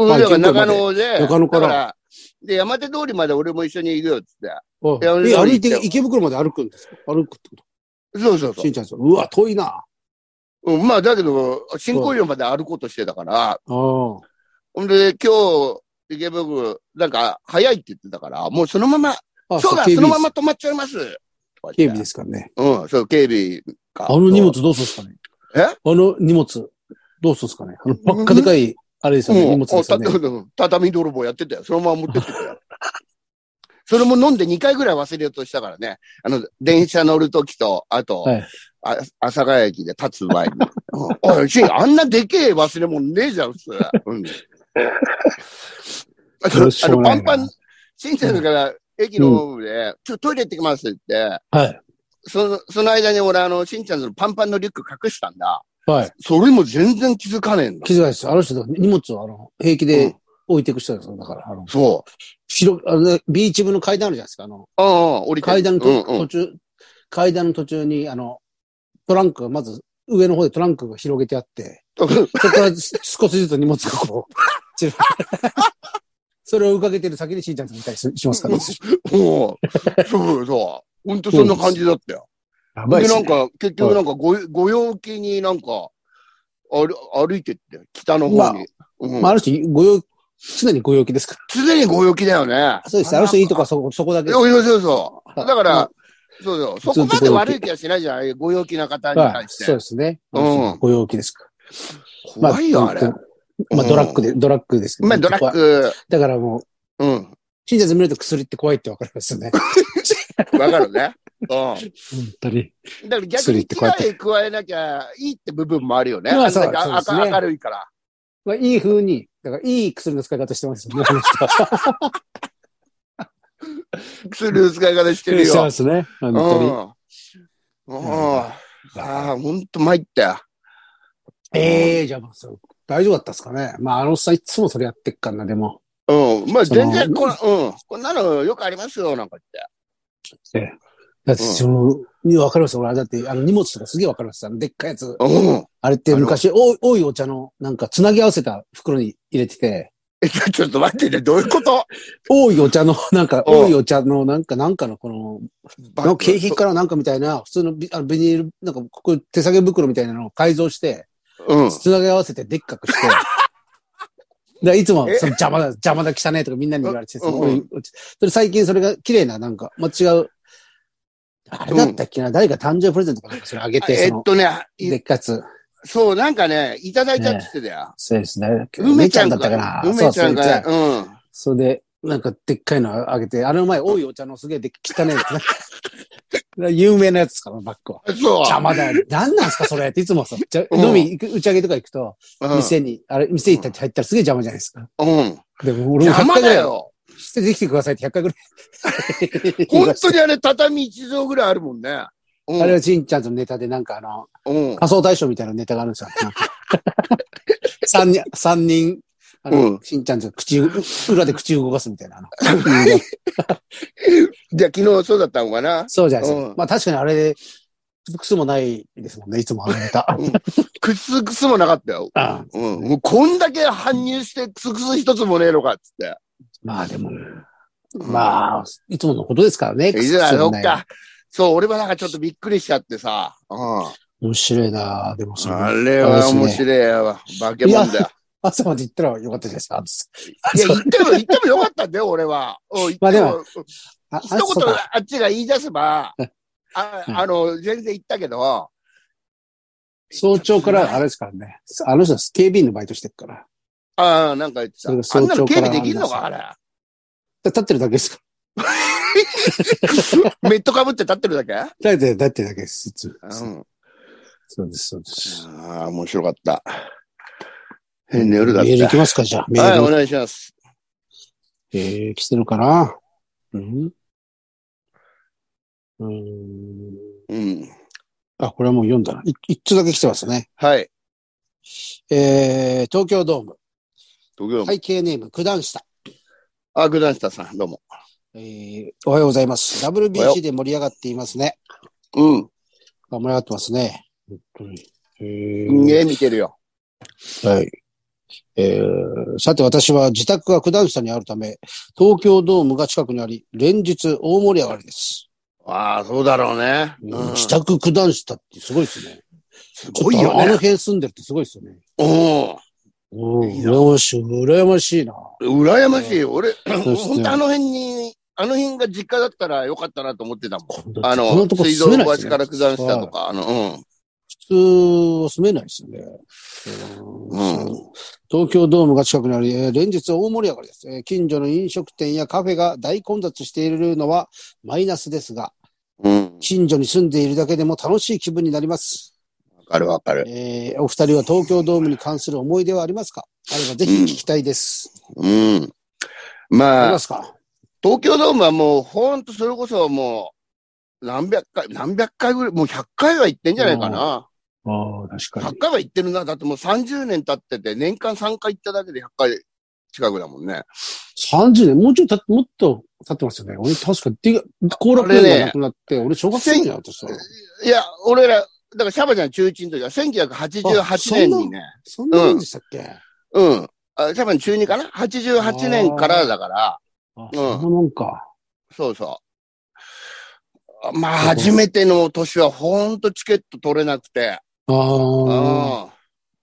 Speaker 2: うん
Speaker 1: はい
Speaker 2: だから中野で、
Speaker 1: 中野から
Speaker 2: だで、山手通りまで俺も一緒に行くよっつって。
Speaker 1: はい
Speaker 2: いや
Speaker 1: え、
Speaker 2: 俺
Speaker 1: 歩いて、池袋まで歩くんですか歩くってこ
Speaker 2: そうそう
Speaker 1: と
Speaker 2: そ
Speaker 1: 新ちゃんですよ。うわ、遠いな。あ
Speaker 2: う。うん、まあ、だけど、新小岩まで歩こうとしてたから、
Speaker 1: あ。
Speaker 2: ほんで、今日、池袋、なんか、早いって言ってたから、もうそのまま、
Speaker 1: あ
Speaker 2: そうだ、
Speaker 1: 警
Speaker 2: その
Speaker 1: 備
Speaker 2: まま止まっちゃいます。とか
Speaker 1: 警
Speaker 2: 言っ
Speaker 1: 備
Speaker 2: て
Speaker 1: ですからね。
Speaker 2: うん、そう、警備か。
Speaker 1: あの荷物どうするんです
Speaker 2: え
Speaker 1: かねあの荷物、どうするんですかねあの、ばっかでかい、あれですよね、荷
Speaker 2: もう
Speaker 1: 物ですよね
Speaker 2: た。うん畳泥棒やってたよ。そのまま持ってってたよ。 <laughs> それも飲んで2回ぐらい忘れようとしたからね。あの、電車乗るときと、あと、
Speaker 1: はい
Speaker 2: あ朝ヶ谷駅で立つ前に。 <laughs> うんおい、しん、あんなでけえ忘れ物ねえじゃん、普通。うん。あ
Speaker 1: それし
Speaker 2: とあの、
Speaker 1: ょう
Speaker 2: パ
Speaker 1: がない
Speaker 2: ン
Speaker 1: な
Speaker 2: パン、しんちゃんから駅のホームで、ちょっとトイレ行ってきますって言って、
Speaker 1: はい。
Speaker 2: その、その間に俺、あの、しんちゃんのパンパンのリュック隠したんだ。
Speaker 1: はい。
Speaker 2: それも全然気づかねえんだ。
Speaker 1: 気づかないですよ。あの人、荷物をあの、平気
Speaker 2: う
Speaker 1: で
Speaker 2: ん
Speaker 1: 置いていく人ですよ。だから、あの、
Speaker 2: そ
Speaker 1: 白、あの、ビーチ部の階段あるじゃないですか。あの、
Speaker 2: う。うんうん、降りて
Speaker 1: 階段
Speaker 2: うん
Speaker 1: と
Speaker 2: うん
Speaker 1: 途中、階段の途中に、あの、トランクが、まず、上の方でトランクが広げ <laughs> てあって、そこからす少しずつ荷物がこう、散らそれを追いかけてる先でしんちゃんさんいたりししますから、ね。
Speaker 2: もう、そうそう。ほんとそんな感じだったよ。
Speaker 1: や
Speaker 2: で、
Speaker 1: ばいっす
Speaker 2: な
Speaker 1: ね
Speaker 2: んか、結局なんかご、ご陽気になんか、歩歩いてって、北の方に。うん
Speaker 1: まあ、ある種、ご用、常にご用気ですから。
Speaker 2: 常にご陽気だよね。
Speaker 1: そうです。あ
Speaker 2: の
Speaker 1: る種いいとこはそこ、そこだけ。
Speaker 2: そうそうそう。
Speaker 1: はい
Speaker 2: だか
Speaker 1: ま
Speaker 2: ら
Speaker 1: あ、
Speaker 2: そうそう。そこまで悪い気はしないじゃないご陽気な方に
Speaker 1: はい
Speaker 2: 対。し
Speaker 1: そう
Speaker 2: て。
Speaker 1: ですね。
Speaker 2: うん
Speaker 1: ご用気ですから。ま
Speaker 2: 怖いよ、あれ。。
Speaker 1: まあ、ドラッグで、ドラッグですけど。
Speaker 2: まあ、ドラッ。グ、
Speaker 1: だからもう、
Speaker 2: うん。
Speaker 1: しんちゃんさん見ると薬って怖いってわかりますよね。本
Speaker 2: わかるね。う
Speaker 1: 当に。
Speaker 2: ん。だから逆
Speaker 1: 薬っ
Speaker 2: に
Speaker 1: てこうやっ
Speaker 2: 嫌い加えなきゃいいって部分もあるよね。
Speaker 1: まあそう
Speaker 2: あんだけ
Speaker 1: そうですね
Speaker 2: 明るいから。
Speaker 1: まあ、いい風に、だからいい薬の使い方してますよね。
Speaker 2: <laughs> 薬の使い方してる
Speaker 1: そう
Speaker 2: よ
Speaker 1: で。すね。
Speaker 2: う
Speaker 1: 本
Speaker 2: ん。
Speaker 1: 当に。
Speaker 2: うんああ、ほんと参ったよ。
Speaker 1: ええじゃあまあそう、大丈夫だったですかね。まあ、あのおっさんいつもそれやってっからな、でも。
Speaker 2: うん。まあ
Speaker 1: その
Speaker 2: 全然こん、うん。こんなのよくありますよ、なんか言っ
Speaker 1: だって、
Speaker 2: うん
Speaker 1: その、いやわかりますよ。俺、だって、あの、荷物とかすげえわかります。あの、でっかいやつ。
Speaker 2: て。うん。
Speaker 1: あれって昔、おい多いお茶の、なんか、つなぎ合わせた袋に入れてて、
Speaker 2: え、ちょちょっと待ってね、どういう
Speaker 1: <laughs>
Speaker 2: こと
Speaker 1: 多いお茶の、なんか、
Speaker 2: うん
Speaker 1: 多いお茶の、なんか、なんかの、この、
Speaker 2: バ
Speaker 1: なんか景品からなんかみたいな、普通のビあのビニール、なんか、ここ手提げ袋みたいなのを改造して、
Speaker 2: うん。
Speaker 1: つなぎ合わせてでっかく
Speaker 2: <laughs>
Speaker 1: して、だからいつも、その邪魔だ、邪魔だ、汚ねとかみんなに言われてて、
Speaker 2: うん
Speaker 1: その
Speaker 2: うん
Speaker 1: それ最近それが綺麗な、なんか、まあ、違う、あれだったっけな、誰か誕生日プレゼントかなんかそれあげ
Speaker 2: え
Speaker 1: て、
Speaker 2: っ
Speaker 1: その、
Speaker 2: とね、い
Speaker 1: でっかいやつ。
Speaker 2: そう、なんかね、いただいたって言ってたよ。
Speaker 1: そうですね。
Speaker 2: 梅ちゃん
Speaker 1: だ
Speaker 2: か
Speaker 1: ったかな。
Speaker 2: 梅ちゃん
Speaker 1: そうそう梅ち
Speaker 2: が
Speaker 1: ゃ
Speaker 2: ね、
Speaker 1: ん
Speaker 2: うん。
Speaker 1: それで、なんかでっかいのあげて、あの前、多いお茶のすげえでっ汚いやつ。なんか有名なやつ <laughs> ですから、バッグは。
Speaker 2: そう。
Speaker 1: 邪魔だよ。何なんすか、それっていつもさ、じゃ
Speaker 2: うん
Speaker 1: 飲み行く、打ち上げとか行くと、
Speaker 2: うん
Speaker 1: 店に、あれ、店行ったって入ったらすげえ邪魔じゃないですか。
Speaker 2: うん。
Speaker 1: でも俺も
Speaker 2: 邪
Speaker 1: 100
Speaker 2: 魔
Speaker 1: 回ぐ
Speaker 2: だ
Speaker 1: らい、
Speaker 2: よ。
Speaker 1: 捨ててきてくださいって100回ぐら
Speaker 2: <laughs>
Speaker 1: い。
Speaker 2: 本当にあれ、畳一畳ぐらいあるもんね。うん
Speaker 1: あれはしんちゃんとのネタでなんかあの、
Speaker 2: うん。
Speaker 1: 仮想大賞みたいなネタがあるんですよ。 <laughs> なんか三人、三人、あの、
Speaker 2: うん
Speaker 1: しんちゃんと口、裏で口動かすみたいな。あ
Speaker 2: <laughs>
Speaker 1: の
Speaker 2: じゃあ昨日そうだったのかな
Speaker 1: そうじゃないですか。
Speaker 2: うん
Speaker 1: まあ確かにあれ、クスもないですもんね、いつもあのネタ。
Speaker 2: くすくすもなかったよ。
Speaker 1: ああ
Speaker 2: うん。もうこんだけ搬入してくすくす一つもねえのかっつって。
Speaker 1: まあでも、まあ、いつものことですからね。
Speaker 2: いや、
Speaker 1: クス
Speaker 2: そ
Speaker 1: も
Speaker 2: っ
Speaker 1: ない
Speaker 2: か。そう、俺もなんかちょっとびっくりしちゃってさ。うん。
Speaker 1: 面白いなでもそ
Speaker 2: あ
Speaker 1: れ。
Speaker 2: れは面白いわ。化け物だよ。
Speaker 1: 朝まで行ったらよかったじゃないですか。
Speaker 2: いや、言っても、言ってもよかったんだよ、俺は。うん言って
Speaker 1: まあでもあ
Speaker 2: 一
Speaker 1: あそう
Speaker 2: 言
Speaker 1: か
Speaker 2: あっちが言い出せ
Speaker 1: <laughs>
Speaker 2: ば
Speaker 1: う、
Speaker 2: あ
Speaker 1: うん
Speaker 2: あの、全然言ったけど、
Speaker 1: 早朝から、あれですからね。あの人は警備員のバイトしてるから。
Speaker 2: ああ、なんか言ってた。
Speaker 1: それ
Speaker 2: あんな
Speaker 1: が早朝から
Speaker 2: の警備できんのか、あ
Speaker 1: <laughs>
Speaker 2: れ。
Speaker 1: 立ってるだけですか
Speaker 2: メットかぶって立ってるだけう
Speaker 1: ら。立って、立ってるだけです。いつも
Speaker 2: ん。
Speaker 1: そうです、そうです。
Speaker 2: ああ、面白かった。変な夜だっ
Speaker 1: メール行
Speaker 2: た
Speaker 1: き。ますか、じゃあ。メ
Speaker 2: はい、お
Speaker 1: ール。
Speaker 2: 願いします。
Speaker 1: えー、来てるかなうんうーん。
Speaker 2: うん。
Speaker 1: あ、これはもう読んだな。い一通だけ来てますね。
Speaker 2: はい。
Speaker 1: えー、東京ドーム。
Speaker 2: 東京も。
Speaker 1: 背景ネーム、九段下。
Speaker 2: あ、グダンスタさん、どうも。
Speaker 1: えー、おはようございます。
Speaker 2: おはよ
Speaker 1: WBC で盛り上がっていますね。
Speaker 2: うん。
Speaker 1: あ盛り上がってますね。本当にえ
Speaker 2: すん
Speaker 1: ー
Speaker 2: げえ見てるよ。
Speaker 1: はい。えー、さて私は自宅が九段下にあるため、東京ドームが近くにあり、連日大盛り上がりです。
Speaker 2: ああ、そうだろうね。うん。
Speaker 1: 自宅九段下ってすごいですね。
Speaker 2: すごいよ
Speaker 1: あの
Speaker 2: ね。
Speaker 1: 辺住んでるってすごいですよね。
Speaker 2: う
Speaker 1: うん
Speaker 2: いいな
Speaker 1: 羨ましい、羨ましいな。
Speaker 2: ん。羨ましい。俺、
Speaker 1: そうっすね
Speaker 2: 本当あの辺に、あの辺が実家だったらよかったなと思ってたもん。あ
Speaker 1: こん
Speaker 2: の
Speaker 1: なと、こ
Speaker 2: 水
Speaker 1: 住
Speaker 2: 道
Speaker 1: めな
Speaker 2: の
Speaker 1: いです
Speaker 2: 端
Speaker 1: ね
Speaker 2: から九段下とか、あの、うん。
Speaker 1: 普通は住めないですよね。うん
Speaker 2: うん
Speaker 1: 東京ドームが近くにあり、えー連日大盛り上がりです、えー近所の飲食店やカフェが大混雑しているのはマイナスですが、
Speaker 2: うん。
Speaker 1: 近所に住んでいるだけでも楽しい気分になります。
Speaker 2: わかるわかる。
Speaker 1: えーお二人は東京ドームに関する思い出はありますかあればぜひ聞きたいです。
Speaker 2: うん。
Speaker 1: あり
Speaker 2: ま
Speaker 1: ま
Speaker 2: あ、
Speaker 1: すか
Speaker 2: 東京ドームはもう、ほんとそれこそもう、何百回、何百回ぐらい、もう100回は行ってんじゃないかな。
Speaker 1: ああ、確
Speaker 2: 100。回は行ってるな。だってもう30年経ってて、年間3回行っただけで100回近くだもんね。
Speaker 1: 30年、もうちょい経っもっと経ってますよね。俺確か、で、後楽園がなくなって、俺小学生になったし
Speaker 2: いや、俺ら、だからシャバちゃん中1の時は1988年にね、
Speaker 1: そんなもんでしたっけ、
Speaker 2: うん。あ多分中2かな ?88 年からだから、
Speaker 1: あ、そうなんか。
Speaker 2: そうそう。まあ、初めての年はほんとチケット取れなくて、
Speaker 1: ああ。
Speaker 2: うん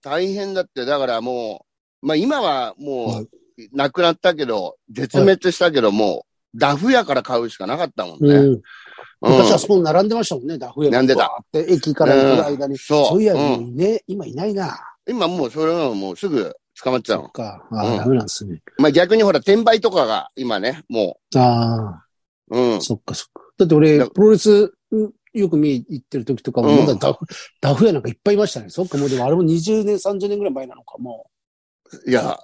Speaker 2: 大変だって、だからもう、まあ今は
Speaker 1: は
Speaker 2: もう、なくなったけど、絶滅したけど、もう、ダフ屋から買うしかなかったもんね。
Speaker 1: う
Speaker 2: うん
Speaker 1: ん。昔はそこに並んでましたもんね、ダフ屋が
Speaker 2: 並んでた
Speaker 1: わーって駅から行く間に。
Speaker 2: そう。
Speaker 1: そういや、
Speaker 2: うん
Speaker 1: もうね、今いないな。
Speaker 2: 今もうそれはもうすぐ捕まっちゃう
Speaker 1: そ
Speaker 2: の
Speaker 1: っ。か。あ
Speaker 2: う
Speaker 1: あ、
Speaker 2: ん
Speaker 1: ダメなんですね。
Speaker 2: まあ逆にほら、転売とかが今ね、も
Speaker 1: あ
Speaker 2: う、うん
Speaker 1: あ、。そっかそっか。だって俺、
Speaker 2: だ
Speaker 1: プロレスうんよく見に行ってる時とかも、
Speaker 2: うん
Speaker 1: まだダフ、ダフ屋なんかいっぱいいましたね。そっか、もうでもあれも20年、30年ぐらい前なのか、も
Speaker 2: いや、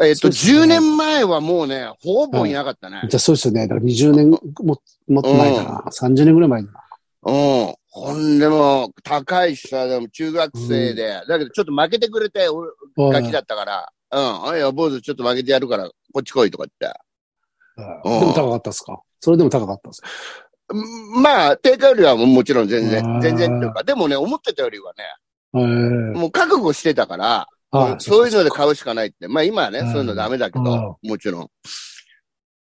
Speaker 2: えっ、
Speaker 1: そう
Speaker 2: と、
Speaker 1: ですね
Speaker 2: 10年前はもうね、ほぼいなかったね。
Speaker 1: う。じゃあそうですよね。だから20年も、もっと前だな。30年ぐらい前だな。
Speaker 2: うん。ほんでも、高いしさ、でも中学生で、だけどちょっと負けてくれて、俺、ガキだったから、うん。いや、坊主ちょっと負けてやるから、こっち来いとか言って。
Speaker 1: はいでも高かったですかそれでも高かったですか
Speaker 2: うんまあ、定価よりはももちろん全
Speaker 1: うん
Speaker 2: 然、全然っていうか、でもね、思ってたよりはね、
Speaker 1: ええ
Speaker 2: もう覚悟してたから、
Speaker 1: は
Speaker 2: うん
Speaker 1: い。
Speaker 2: そういうので買うしかないって。まあ今はね、
Speaker 1: うん
Speaker 2: そういうのダメだけど、もちろん。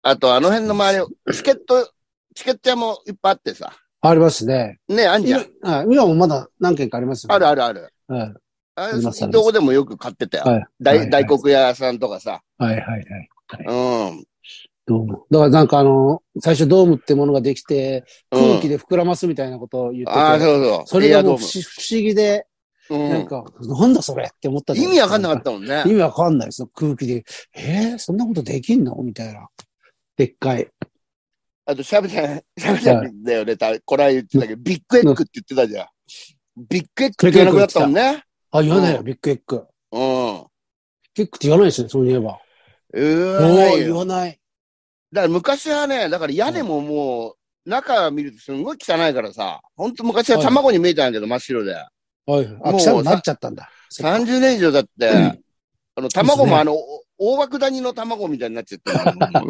Speaker 2: あと、あの辺の周り、チケット、チケット屋もいっぱいあってさ。
Speaker 1: ありますね。
Speaker 2: ね、あんじゃ
Speaker 1: 今
Speaker 2: ん。、
Speaker 1: はい今もまだ何軒かありますよ、ね。
Speaker 2: あるあるある。
Speaker 1: はい。
Speaker 2: あ
Speaker 1: ありますあります
Speaker 2: どこでもよく買ってたよ。
Speaker 1: はい。はいは
Speaker 2: 大
Speaker 1: い
Speaker 2: 大黒屋さんとかさ。
Speaker 1: はいはいはい。
Speaker 2: うん。
Speaker 1: ドーム。だからなんかあの、最初ドームってものができて、空気
Speaker 2: で。
Speaker 1: で膨らますみたいなことを言ってて、
Speaker 2: ああ、そうそう。
Speaker 1: それがもう
Speaker 2: エ
Speaker 1: 不思不思議で、
Speaker 2: アドーム
Speaker 1: なんか、なんだそれって思った
Speaker 2: うん
Speaker 1: じゃ
Speaker 2: 意
Speaker 1: ないで
Speaker 2: 味わ
Speaker 1: す
Speaker 2: かんなかったもんね
Speaker 1: 意。味わかんないですよ。空気で。えー、そんなことできんのみたいな。でっかい。
Speaker 2: あと、シャブちゃん、 <laughs> シャブちゃんだよね。たこれは言ってたけど、ビッグエッグって言ってたじゃん。ビッグエッグって言わなくなったもんね。
Speaker 1: あ、言わないよ、
Speaker 2: う
Speaker 1: ビッグエッグ。
Speaker 2: うん。
Speaker 1: ビッグって言わないですね、そういえば。
Speaker 2: う
Speaker 1: お
Speaker 2: わ
Speaker 1: ー
Speaker 2: ないよ
Speaker 1: 言わない。
Speaker 2: だから昔はね、だから屋根ももう、中見るとすんごい汚いからさ、ほんと昔は卵に見えたんだけど、真っ白で。
Speaker 1: はい。あ、
Speaker 2: もう
Speaker 1: 来たくなっちゃったんだ。
Speaker 2: 30年以上だって、あの、
Speaker 1: そう
Speaker 2: 卵
Speaker 1: ですね
Speaker 2: もあの、お大涌谷の卵みたいになっちゃ
Speaker 1: <laughs>
Speaker 2: ったよ。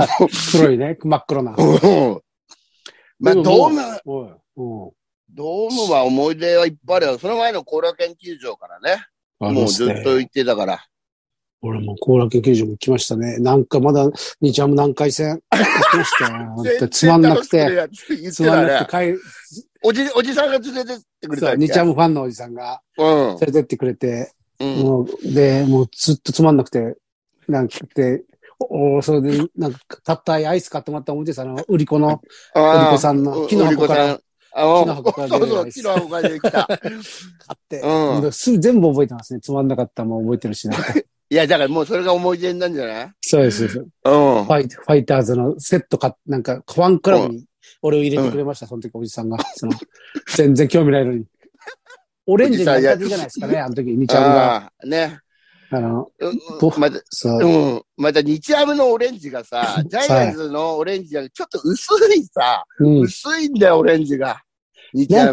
Speaker 1: 黒いね、真っ黒な。
Speaker 2: うんまあ、
Speaker 1: でも
Speaker 2: ドーム、
Speaker 1: おい。うん。
Speaker 2: ドームは思い出はいっぱいあるよ。その前の後楽研究所からね、
Speaker 1: あり
Speaker 2: も
Speaker 1: ま
Speaker 2: う
Speaker 1: す
Speaker 2: ず
Speaker 1: ね
Speaker 2: っと行ってたから。
Speaker 1: 俺も後楽園球場も行きましたね。なんかまだ、兄ちゃんも南海線 <laughs> 行きましたよ本当につまんなく
Speaker 2: 全然
Speaker 1: て、
Speaker 2: 楽しくないやつ
Speaker 1: つ
Speaker 2: 言っ
Speaker 1: ま
Speaker 2: て
Speaker 1: んな
Speaker 2: た
Speaker 1: く
Speaker 2: ね。
Speaker 1: て帰
Speaker 2: おじ、おじさんが連れてってく
Speaker 1: る。
Speaker 2: れた
Speaker 1: そ
Speaker 2: っけ
Speaker 1: う兄ちゃんもファンのおじさんが
Speaker 2: うん
Speaker 1: 連れてってくれて、
Speaker 2: うん。
Speaker 1: もう、で、もうずっとつまんなくて、なんかで、おおそれで、なんか、たったアイス買ってもらった思い出したの、売り子の、売り
Speaker 2: あ
Speaker 1: 子
Speaker 2: あ。
Speaker 1: さんの、木の
Speaker 2: うり
Speaker 1: 箱
Speaker 2: こ
Speaker 1: か
Speaker 2: さ
Speaker 1: ら
Speaker 2: ん。あの
Speaker 1: 木の箱から出
Speaker 2: そ
Speaker 1: る
Speaker 2: うそ
Speaker 1: ア
Speaker 2: う、
Speaker 1: イス
Speaker 2: 木の箱から出てき
Speaker 1: <laughs>
Speaker 2: た。
Speaker 1: 買って、
Speaker 2: うん
Speaker 1: ですぐ全部覚えてますね。つまんなかったもん覚えて
Speaker 2: <laughs>
Speaker 1: るし、なんか
Speaker 2: いや、だからもうそれが思い出なんじゃない
Speaker 1: そうです。そうです
Speaker 2: うん
Speaker 1: フ。ァイファイターズのセットか、なんか、ファンクラブに俺を入れてくれました、その時おじさんが。その、全然興味ないのに。オレンジになりたてじゃないですかね、あの時、にちゃんが。
Speaker 2: ああ、ね。
Speaker 1: あの、
Speaker 2: うん
Speaker 1: と
Speaker 2: また、
Speaker 1: そうう。
Speaker 2: ん。また、日ハムのオレンジがさ、ジャイアンツのオレンジがちょっと薄いさ、
Speaker 1: うん。
Speaker 2: 薄いんだよ、オレンジが。日ハム。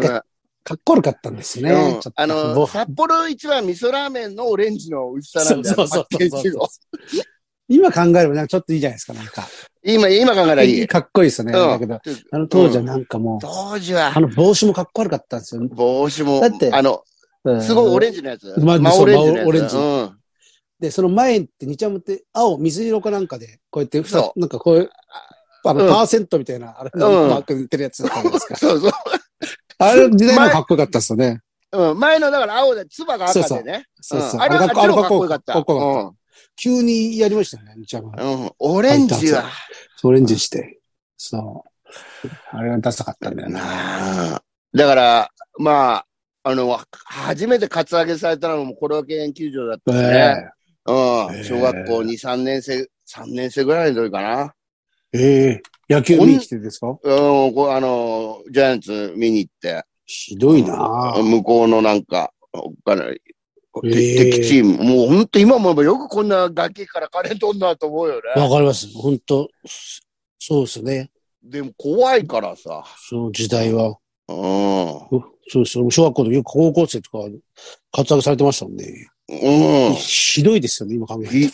Speaker 1: かっこ悪かったんですね。
Speaker 2: うん
Speaker 1: ちょっと
Speaker 2: あ
Speaker 1: ぼ
Speaker 2: の、札幌一番味噌ラーメンのオレンジの薄さなんだよ。
Speaker 1: そうそうそうそう
Speaker 2: パッケージを
Speaker 1: 今考えればなんかちょっといいじゃないですか、なんか。
Speaker 2: 今、今考えりゃいい。
Speaker 1: かっこいいですよね。
Speaker 2: うん
Speaker 1: だけど、あの当時はなんかもう、
Speaker 2: 当時
Speaker 1: あ
Speaker 2: は、
Speaker 1: の帽子もかっこ悪かったんですよ。
Speaker 2: 帽子も
Speaker 1: だって、
Speaker 2: あの、
Speaker 1: うん
Speaker 2: すごいオレンジのやつ。
Speaker 1: まあ
Speaker 2: 真
Speaker 1: そう
Speaker 2: オレンジのやつ。
Speaker 1: 真オレンジ
Speaker 2: うん。
Speaker 1: で、その前って、にちゃんもって、青、水色かなんかで、こうやって、
Speaker 2: そ
Speaker 1: なんかこういう、あの、
Speaker 2: うん
Speaker 1: パーセントみたいな、あれ、
Speaker 2: うん
Speaker 1: マーク出てるやつだったじゃない
Speaker 2: <laughs>
Speaker 1: ですか。
Speaker 2: そうそう。
Speaker 1: あれ、時代もかっこよかったっすよね。
Speaker 2: うん、前のだから青で、つばが赤
Speaker 1: そう
Speaker 2: でね。
Speaker 1: そうそう。
Speaker 2: んあれはあっちの方がかっこよかった。
Speaker 1: かっこよかった。急にやりましたよね、みちゃんが。
Speaker 2: うんうんオレンジは。
Speaker 1: オレンジして。そう。あれがダサかったんだよな。
Speaker 2: なあだから、まあ、あの、初めてカツアゲされたのもコロ研究所だった
Speaker 1: え
Speaker 2: ね。うん
Speaker 1: え。
Speaker 2: 小学校2、3年生、3年生ぐらいの時かな。
Speaker 1: えええ野球見に来てですか
Speaker 2: うん、こうあの、ジャイアンツ見に行って、
Speaker 1: ひどいな
Speaker 2: 向こうのなんか、おっかない、
Speaker 1: え
Speaker 2: 敵チーム、もう本当今思えばよくこんな崖から金取んなと思うよね。
Speaker 1: わかります。本当そうですね。
Speaker 2: でも怖いからさ。
Speaker 1: その時代は。
Speaker 2: うん。
Speaker 1: そうです。小学校の時よく高校生とか、活躍されてましたもんね。
Speaker 2: うん。
Speaker 1: ひどいですよね、今考えて。
Speaker 2: ひ、ひ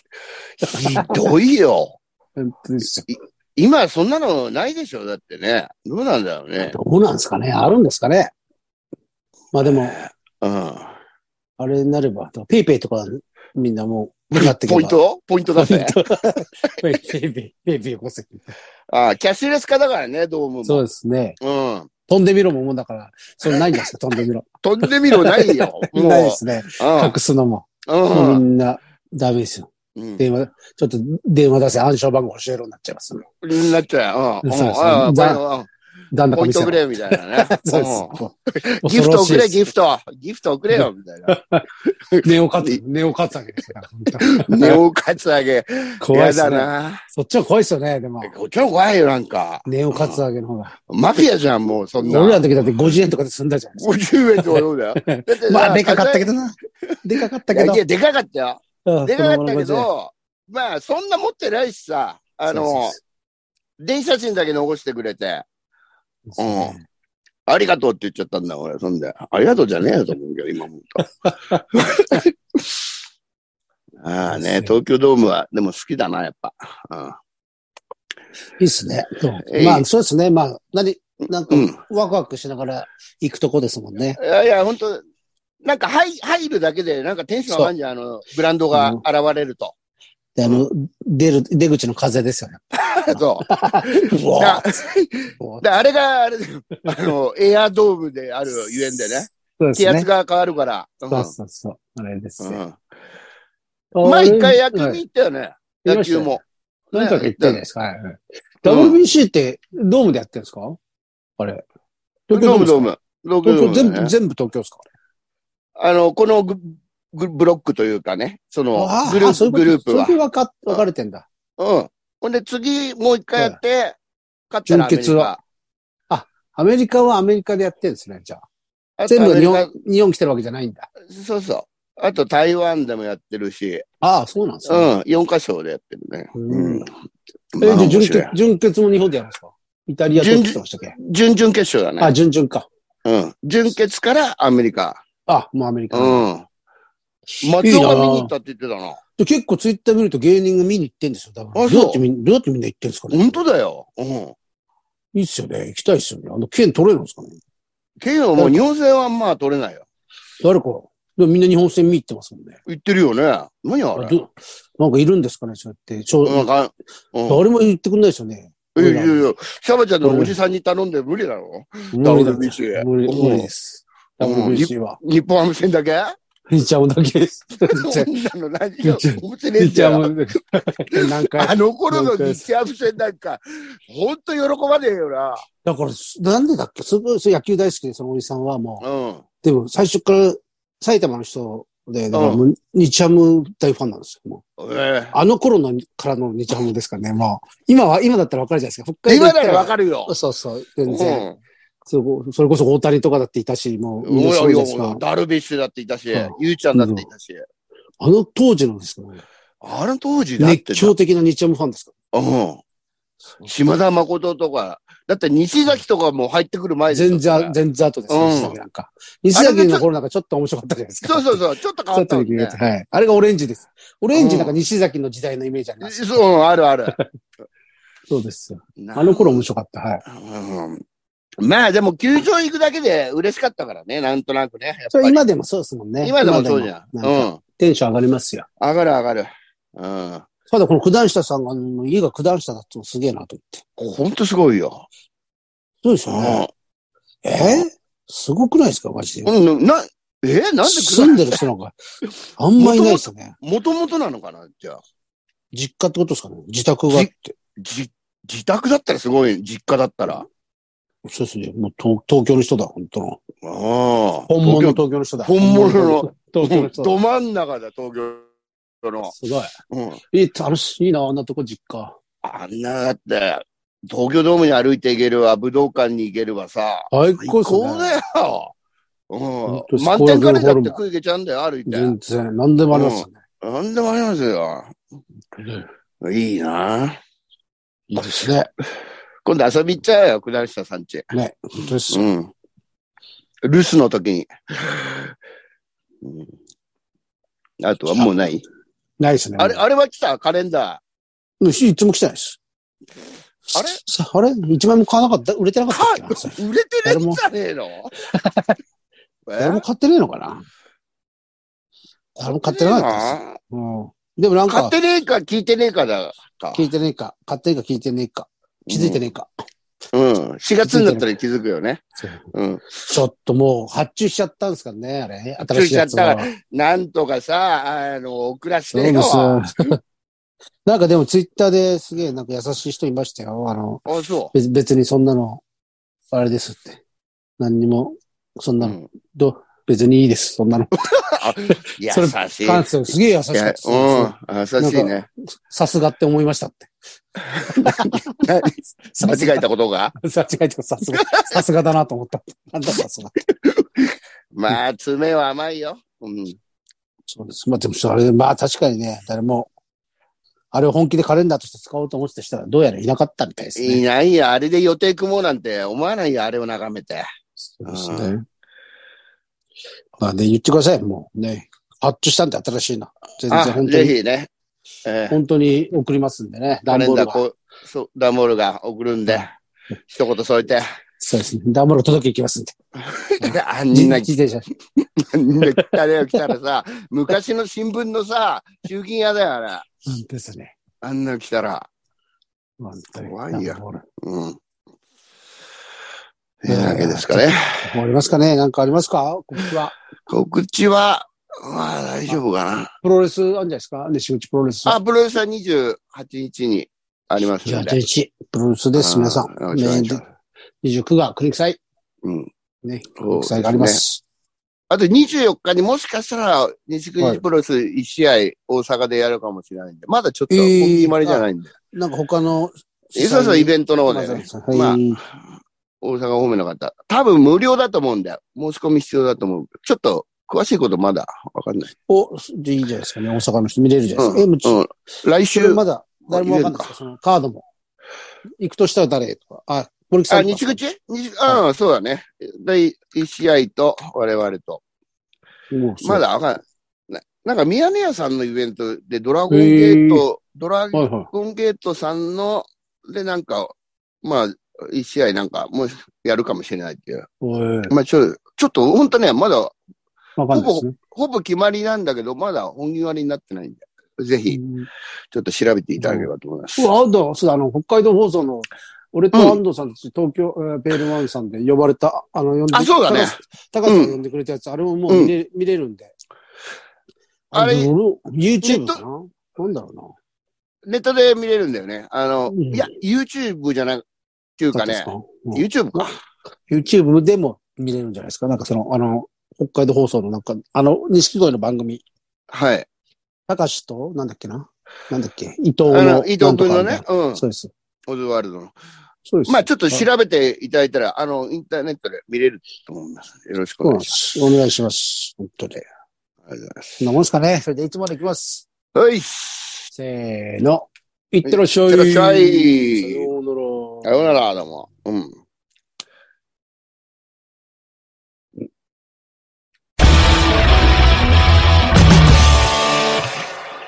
Speaker 2: どいよ。
Speaker 1: 本当ですよ
Speaker 2: 今そんなのないでしょだってね。どうなんだろうね。
Speaker 1: どうなんですかねあるんですかねまあでも、
Speaker 2: うん。
Speaker 1: あれになれば、ペイペイとかみんなもなってけば
Speaker 2: ポイントポイントだぜ。
Speaker 1: ベイビー、ベイビー5席。
Speaker 2: ああ、キャッシュレス化だからね、ドームも。
Speaker 1: そうですね。
Speaker 2: うん。
Speaker 1: 飛んでみろももんだから、それないんですか、飛んでみろ。
Speaker 2: 飛んでみろない
Speaker 1: <laughs>
Speaker 2: よ。もう。
Speaker 1: ないですね。隠すのも。
Speaker 2: うん。
Speaker 1: も
Speaker 2: う
Speaker 1: うんみんな、ダメですよ。
Speaker 2: うん。
Speaker 1: 電話、ちょっと電話出せ、暗証番号教えろになっちゃいます。
Speaker 2: なっちゃうよ。うん。
Speaker 1: そ
Speaker 2: う
Speaker 1: う
Speaker 2: ん
Speaker 1: ですね
Speaker 2: ああ
Speaker 1: ザ
Speaker 2: こ
Speaker 1: だん
Speaker 2: れ
Speaker 1: だ
Speaker 2: うんポイン
Speaker 1: か見せ
Speaker 2: トく
Speaker 1: ろ。
Speaker 2: れ、みたいなね。
Speaker 1: <laughs> そ
Speaker 2: う
Speaker 1: うです
Speaker 2: ん
Speaker 1: もう。
Speaker 2: ギフトくれ、ギ
Speaker 1: フ
Speaker 2: フト。ギフトくれ
Speaker 1: <laughs>
Speaker 2: よ、みたいな。
Speaker 1: ト。ネオカツ、ネオカツあげですよ。
Speaker 2: ネオカツアゲ。
Speaker 1: 怖い
Speaker 2: や
Speaker 1: っす
Speaker 2: だ
Speaker 1: ね。
Speaker 2: な。
Speaker 1: そっちは怖いっすよね、でも。
Speaker 2: こっちの方が怖いよ、なんか。
Speaker 1: ネオカツアゲの方が。
Speaker 2: マフィアじゃん、もう、そんな。
Speaker 1: 俺らの時だって50円とかで済んだじゃないです
Speaker 2: 50円とかどう
Speaker 1: <laughs>
Speaker 2: だよ。だってさ
Speaker 1: か。まあ、でかかった
Speaker 2: 考
Speaker 1: けどな。でかかった
Speaker 2: え
Speaker 1: け
Speaker 2: い
Speaker 1: ど
Speaker 2: やい。や、でかかったよ。
Speaker 1: うん
Speaker 2: でかかったけ、
Speaker 1: 子供の50円
Speaker 2: ど、まあ、そんな持ってないしさ、あの、電車賃だけ残してくれて、
Speaker 1: そうそうそう
Speaker 2: ありがとうって言っちゃったんだ、俺。そんで、ありがとうじゃねえよと思うけど、今思うと。
Speaker 1: <laughs>
Speaker 2: <laughs> ああね、東京ドームは、でも好きだな、やっぱ。
Speaker 1: いいっすね。
Speaker 2: えい
Speaker 1: まあ、そうですね。まあ、何、なんか
Speaker 2: うん。うん、
Speaker 1: ワクワクしながら行くとこですもんね。
Speaker 2: いやいや、本当なんか入入るだけで、なんかテンション上がるんじゃん、あの、ブランドが現れると。 <laughs>
Speaker 1: で、あの、出る、出口の風ですよね。
Speaker 2: そう。
Speaker 1: う
Speaker 2: だ
Speaker 1: わー
Speaker 2: で、あれが、あれだよあの、エアドームであるゆえんでね。
Speaker 1: そうです
Speaker 2: 気圧
Speaker 1: ね。
Speaker 2: が変わるから。うん
Speaker 1: そうそうそう。あれですね。
Speaker 2: うん前一回野球に行ったよね。
Speaker 1: はい
Speaker 2: 野球も。
Speaker 1: 何回か行ったじゃないですか。はいはい WBC ってドームでやってるんですかあれ。
Speaker 2: ドームドー
Speaker 1: ム
Speaker 2: ム。ドームド
Speaker 1: 東
Speaker 2: ー
Speaker 1: 京
Speaker 2: ム
Speaker 1: 全
Speaker 2: だよ
Speaker 1: 部、
Speaker 2: ね。
Speaker 1: 全部東京ですか
Speaker 2: あの、このググブロックというかね、その
Speaker 1: あー
Speaker 2: グル
Speaker 1: あそうい
Speaker 2: ープ、
Speaker 1: うこと
Speaker 2: グループは
Speaker 1: そ。れで分か、分かれてんだ。
Speaker 2: うん。ほんで次、もう一回やって、勝ったらアメリカ。
Speaker 1: 準決はアメリカはアメリカでやってるんですね、じゃあ。
Speaker 2: あと
Speaker 1: 全部日
Speaker 2: アメ
Speaker 1: 本、日本来てるわけじゃないんだ。
Speaker 2: リカそうそう。あと台湾でもやってるし、
Speaker 1: ああ、そうなんです
Speaker 2: う
Speaker 1: ね。
Speaker 2: ん、4カ所でやってるね。
Speaker 1: うん
Speaker 2: うん。まあ
Speaker 1: え、じゃあ
Speaker 2: 面
Speaker 1: 準
Speaker 2: 白い
Speaker 1: 決、準決も日本でやるんですかイタリアとってましたっけ
Speaker 2: 準々決勝だね。
Speaker 1: あ、準々か。
Speaker 2: うん。準決からアメリカ。
Speaker 1: あ、もうアメリ
Speaker 2: う
Speaker 1: カ。
Speaker 2: ん。
Speaker 1: い
Speaker 2: 松
Speaker 1: い
Speaker 2: 岡
Speaker 1: な
Speaker 2: 見に行ったって言ってたな。
Speaker 1: で結構ツイッター見ると芸人が見に行ってんですよ。だから
Speaker 2: あ
Speaker 1: どう
Speaker 2: そう
Speaker 1: やってみん、どうやってみんな行ってんですかね。
Speaker 2: 本当だよ。うん。
Speaker 1: いいっすよね。行きたいっすよね。あの、券取れるんですかね。
Speaker 2: ケイはもう日本戦はまあ取れないよ。
Speaker 1: 誰か。でもみんな日本戦見に行ってますもんね。
Speaker 2: 言ってるよね。何あ
Speaker 1: あ
Speaker 2: れ。
Speaker 1: どなんかいるんですかね、そうやって。そう
Speaker 2: なんか、うん。
Speaker 1: 誰も言ってくんないですよね。
Speaker 2: いやいやいや、シャバちゃんのおじさんに頼んで無理だろ。
Speaker 1: 無理だ
Speaker 2: WBC
Speaker 1: 無理無理です。
Speaker 2: うん
Speaker 1: WBC は。
Speaker 2: 日本ハム戦だけ
Speaker 1: リちゃんだけです。
Speaker 2: <laughs> そんなの何が
Speaker 1: ちゃ
Speaker 2: 面白い
Speaker 1: リ
Speaker 2: んだ
Speaker 1: ちゃ
Speaker 2: よ。
Speaker 1: んだけ。なんか、
Speaker 2: あの頃の日ハム戦なんか、ほんと喜ばねえよな。
Speaker 1: だから、なんでだっけすごい、そう野球大好きで、そのおじさんはもう、
Speaker 2: うん。
Speaker 1: でも最初から埼玉の人で、だからもう、日ハム大ファンなんですよ。もう
Speaker 2: え
Speaker 1: あの頃のからの日ハムですからね、もう。今は、今だったらわかるじゃないですか。北
Speaker 2: え
Speaker 1: 海道
Speaker 2: 今ならわ
Speaker 1: る。
Speaker 2: かるよ。
Speaker 1: そうそう、
Speaker 2: う
Speaker 1: 全
Speaker 2: ん。
Speaker 1: 然。そこそれこそ大谷とかだっていたし、もう、みんなそうじゃないですか。
Speaker 2: ダルビッシュだっていたし
Speaker 1: うん、
Speaker 2: ゆうちゃんだっていたし。
Speaker 1: あの当時のですかね、
Speaker 2: あの当時だって
Speaker 1: 熱狂的な日ハムファンですか
Speaker 2: うん。島田誠とか、だって西崎とかも入ってくる前
Speaker 1: ら
Speaker 2: でしょ
Speaker 1: 全然、全然後です
Speaker 2: う
Speaker 1: よ、
Speaker 2: ん
Speaker 1: 西崎なんか。西崎の頃なんかちょっと面白かったじゃないですか。
Speaker 2: そうそう
Speaker 1: う。
Speaker 2: そう、ちょっと変
Speaker 1: ち
Speaker 2: わ
Speaker 1: ょ
Speaker 2: っ
Speaker 1: ったと
Speaker 2: もん
Speaker 1: だけ
Speaker 2: ね
Speaker 1: 言えた。はい。あれがオレンジです。オレンジなんか西崎の時代のイメージあります。
Speaker 2: そう、あるある。
Speaker 1: そうですよ。 <laughs> あの頃面白かった。はい。
Speaker 2: うんまあでも、球場行くだけで嬉しかったからね、なんとなくね。やっぱ
Speaker 1: それ
Speaker 2: り
Speaker 1: 今でもそうですもんね。
Speaker 2: 今でもそうじゃん。う
Speaker 1: 今
Speaker 2: ん。
Speaker 1: でもなんか
Speaker 2: 上
Speaker 1: テンション上がりますよ。
Speaker 2: がる上がる。うん。
Speaker 1: ただこの九段下さんが、あの家が九段下だってのすげえなと思って。
Speaker 2: ほんとすごいよ。
Speaker 1: そうですよね。
Speaker 2: う
Speaker 1: えーすごくないですかマジで。
Speaker 2: ん。うんな、えなんで
Speaker 1: 住んでる人な
Speaker 2: <laughs>
Speaker 1: んか、あんまいないですよね。
Speaker 2: もともとなのかなじゃあ。
Speaker 1: 実家ってことですかね自宅があって。
Speaker 2: じ、自宅だったらすごい、実家だったら。
Speaker 1: そうですね。もう東東京の人だ、本当の。
Speaker 2: ああ。
Speaker 1: 本物の東京の人だ。
Speaker 2: 本物の
Speaker 1: 東京の人だ。
Speaker 2: ど真ん中だ、東京の。
Speaker 1: すごい。
Speaker 2: うん。
Speaker 1: いい、楽しいな、あんなとこ実家。
Speaker 2: あんなだって、東京ドームに歩いていけるわ、武道館に行けるわさ。
Speaker 1: 最
Speaker 2: 最
Speaker 1: 高ですね
Speaker 2: 高だよ。
Speaker 1: 本
Speaker 2: う
Speaker 1: 当
Speaker 2: ん。満点カレーだって
Speaker 1: スコーラブホルモン
Speaker 2: 食いけちゃうんだよ、歩いて。
Speaker 1: 全然、何でもありますよね。
Speaker 2: なんでもありますよ。いいな。
Speaker 1: いいですね。
Speaker 2: 今度遊び行っちゃうよ、九段下さんち。
Speaker 1: ね、本当です
Speaker 2: う。ん。留守の時に。うんあとはもうない
Speaker 1: ないですね。
Speaker 2: あれ、あれは来たカレンダ
Speaker 1: うんしいつも来てないです。
Speaker 2: あれ
Speaker 1: さあれ一枚も買わなかった売れてな
Speaker 2: ー。
Speaker 1: かったっけなそれ
Speaker 2: か、売れてないんじゃねえのえ
Speaker 1: 誰も買ってねえのかな誰も買ってなかったです。うん。でもなん
Speaker 2: 買っ
Speaker 1: か、
Speaker 2: てねえか聞いてねえかだか
Speaker 1: 聞いてねえか、買ってねえか聞いてねえか、気づいてねえか。
Speaker 2: うん。4月になったら気づくよね。うん。
Speaker 1: ちょっともう発注しちゃったんですからね、あれ。新しいやつは
Speaker 2: 発注なんとかさ、あの、遅らせ
Speaker 1: そう
Speaker 2: て
Speaker 1: で
Speaker 2: よ。
Speaker 1: す
Speaker 2: あ、
Speaker 1: よ。 <laughs> なんかでもツイッターですげえなんか優しい人いましたよ。あの、
Speaker 2: そ
Speaker 1: 別別にそんなの、あれですって。何にも、そん
Speaker 2: う。
Speaker 1: な
Speaker 2: う
Speaker 1: の、
Speaker 2: ん
Speaker 1: どう別にいいです、そんなの。
Speaker 2: 優
Speaker 1: それ
Speaker 2: しい。
Speaker 1: 関西すげえ優し
Speaker 2: い
Speaker 1: かった
Speaker 2: や
Speaker 1: です
Speaker 2: うん。優しいね。
Speaker 1: さすがって思いました
Speaker 2: <laughs>
Speaker 1: って。
Speaker 2: 間
Speaker 1: さす
Speaker 2: 違えたことが
Speaker 1: が。間違えた、さすが。さすがだなと思ったって。なんださすが。
Speaker 2: まあ、爪は甘いよ。うん。
Speaker 1: そうです。まあでもそれ、まあ確かにね、誰も、あれを本気でカレンダーとして使おうと思ってた人はどうやらいなかったみたいですね。
Speaker 2: いないよ。あれで予定組もうなんて思わないよ。あれを眺めて。
Speaker 1: そうですね。まあね、言ってください、もうね。発注したんで新しいな。全然
Speaker 2: あ、
Speaker 1: 本当
Speaker 2: ぜ
Speaker 1: に、
Speaker 2: ひね。ええ
Speaker 1: 本当に送りますんでね。
Speaker 2: カ
Speaker 1: ダン
Speaker 2: レ
Speaker 1: ボ
Speaker 2: ン
Speaker 1: ー
Speaker 2: ダ
Speaker 1: ル
Speaker 2: ー
Speaker 1: が。
Speaker 2: こう、そう、ダンボールが送るんで。一言添えて。
Speaker 1: そうですね。ダンボール届けいきますんで。
Speaker 2: <laughs> あんな
Speaker 1: 自転車。
Speaker 2: で、あれが来たらさ、昔の新聞のさ、集金屋だよ、あれ。
Speaker 1: うんですね。
Speaker 2: あんなの来たら。
Speaker 1: 本当に
Speaker 2: 怖いよ
Speaker 1: ダンボール
Speaker 2: うん。えだけですかね。
Speaker 1: 終わりますかねなんかありますか告知は。
Speaker 2: 告知は、まあ大丈夫かな。
Speaker 1: プロレスあるんじゃないですか西口プロレス。
Speaker 2: あ、プロレスは28日にありますので。
Speaker 1: 28、プロレスです、皆さん。
Speaker 2: あーよろしくお願いします
Speaker 1: 29が国際、
Speaker 2: うん。
Speaker 1: ね、
Speaker 2: そう
Speaker 1: 国
Speaker 2: ですね
Speaker 1: 際があります。
Speaker 2: あと24日にもしかしたら、西
Speaker 1: は
Speaker 2: 国
Speaker 1: い
Speaker 2: プロレス1試合大阪でやるかもしれないんで、まだちょっと
Speaker 1: え
Speaker 2: お
Speaker 1: ー
Speaker 2: 決まりじゃないんで。
Speaker 1: なんか他の、
Speaker 2: えそうそう、イベントの方
Speaker 1: ま
Speaker 2: で
Speaker 1: ずは
Speaker 2: ね。
Speaker 1: はい、
Speaker 2: まあ大阪方面の方。多分無料だと思うんだよ。申し込み必要だと思う。ちょっと、詳しいことまだわかんない。
Speaker 1: お、でいいじゃないですかね。大阪の人見れるじゃないですか。え、もうち
Speaker 2: うん。来
Speaker 1: それ
Speaker 2: 週、
Speaker 1: まだ誰もわかんないですかそのカードも。行くとしたら誰とか。あ、森木さん
Speaker 2: あ、
Speaker 1: とか。
Speaker 2: 日口日ああ、そうだね。第1試合と、我々と。
Speaker 1: もうそう
Speaker 2: ま。だわかんない。ななんか、ミヤネ屋さんのイベントで、ドラゴンゲート、ドラ
Speaker 1: はいは
Speaker 2: ゴンゲートさんの、で、なんか、まあ、1試合なんか、もうやるかもしれないっていう。
Speaker 1: い。おい
Speaker 2: まあ、ちょ、ちょっと、ほんとね、まだ、
Speaker 1: わかんないですね。
Speaker 2: ほぼ決まりなんだけど、まだ本決まりになってないんで。ぜひ、
Speaker 1: うん
Speaker 2: ちょっと調べていただければと思います。
Speaker 1: うわ、アンド、そうだ、あの、北海道放送の、俺と安藤さんたち、東京、えーベールワンさんで呼ばれた、あの、呼んで
Speaker 2: あそうだね
Speaker 1: 高橋高橋さん呼んでくれたやつ、あれももう見れ,、見れるんで。
Speaker 2: あれ
Speaker 1: でも俺 ?YouTube
Speaker 2: ネッ
Speaker 1: かななんだろ
Speaker 2: ネットで見れるんだよね。あの、
Speaker 1: うん
Speaker 2: いや、YouTube じゃなく、っていう
Speaker 1: うな。
Speaker 2: かね、
Speaker 1: うん
Speaker 2: YouTube か。
Speaker 1: YouTube でも見れるんじゃないですかなんかその、あの、北海道放送のなんか、あの、錦鯉の番組、
Speaker 2: はい。
Speaker 1: 高橋と、なんだっけななんだっけ伊藤
Speaker 2: あ
Speaker 1: の
Speaker 2: の、。伊藤君の
Speaker 1: な
Speaker 2: ね
Speaker 1: んとかみ、
Speaker 2: う
Speaker 1: たい
Speaker 2: ん
Speaker 1: な。、そうです。
Speaker 2: オズワルドの。
Speaker 1: そうです。
Speaker 2: まあ、ちょっと調べていただいたら、あの、インターネットで見れると思います。よろしく
Speaker 1: そ
Speaker 2: お
Speaker 1: う
Speaker 2: 願
Speaker 1: なん
Speaker 2: い
Speaker 1: で
Speaker 2: し
Speaker 1: す。お願いします。本当で。
Speaker 2: ます。ありがとうございます。
Speaker 1: そんなもんですかねそれでいつまでいきます。
Speaker 2: はい。
Speaker 1: せーの。いってらっしゃい。
Speaker 2: いってらっしゃい
Speaker 1: さような
Speaker 2: さ。
Speaker 1: ら
Speaker 2: ようなら、どうも。うん。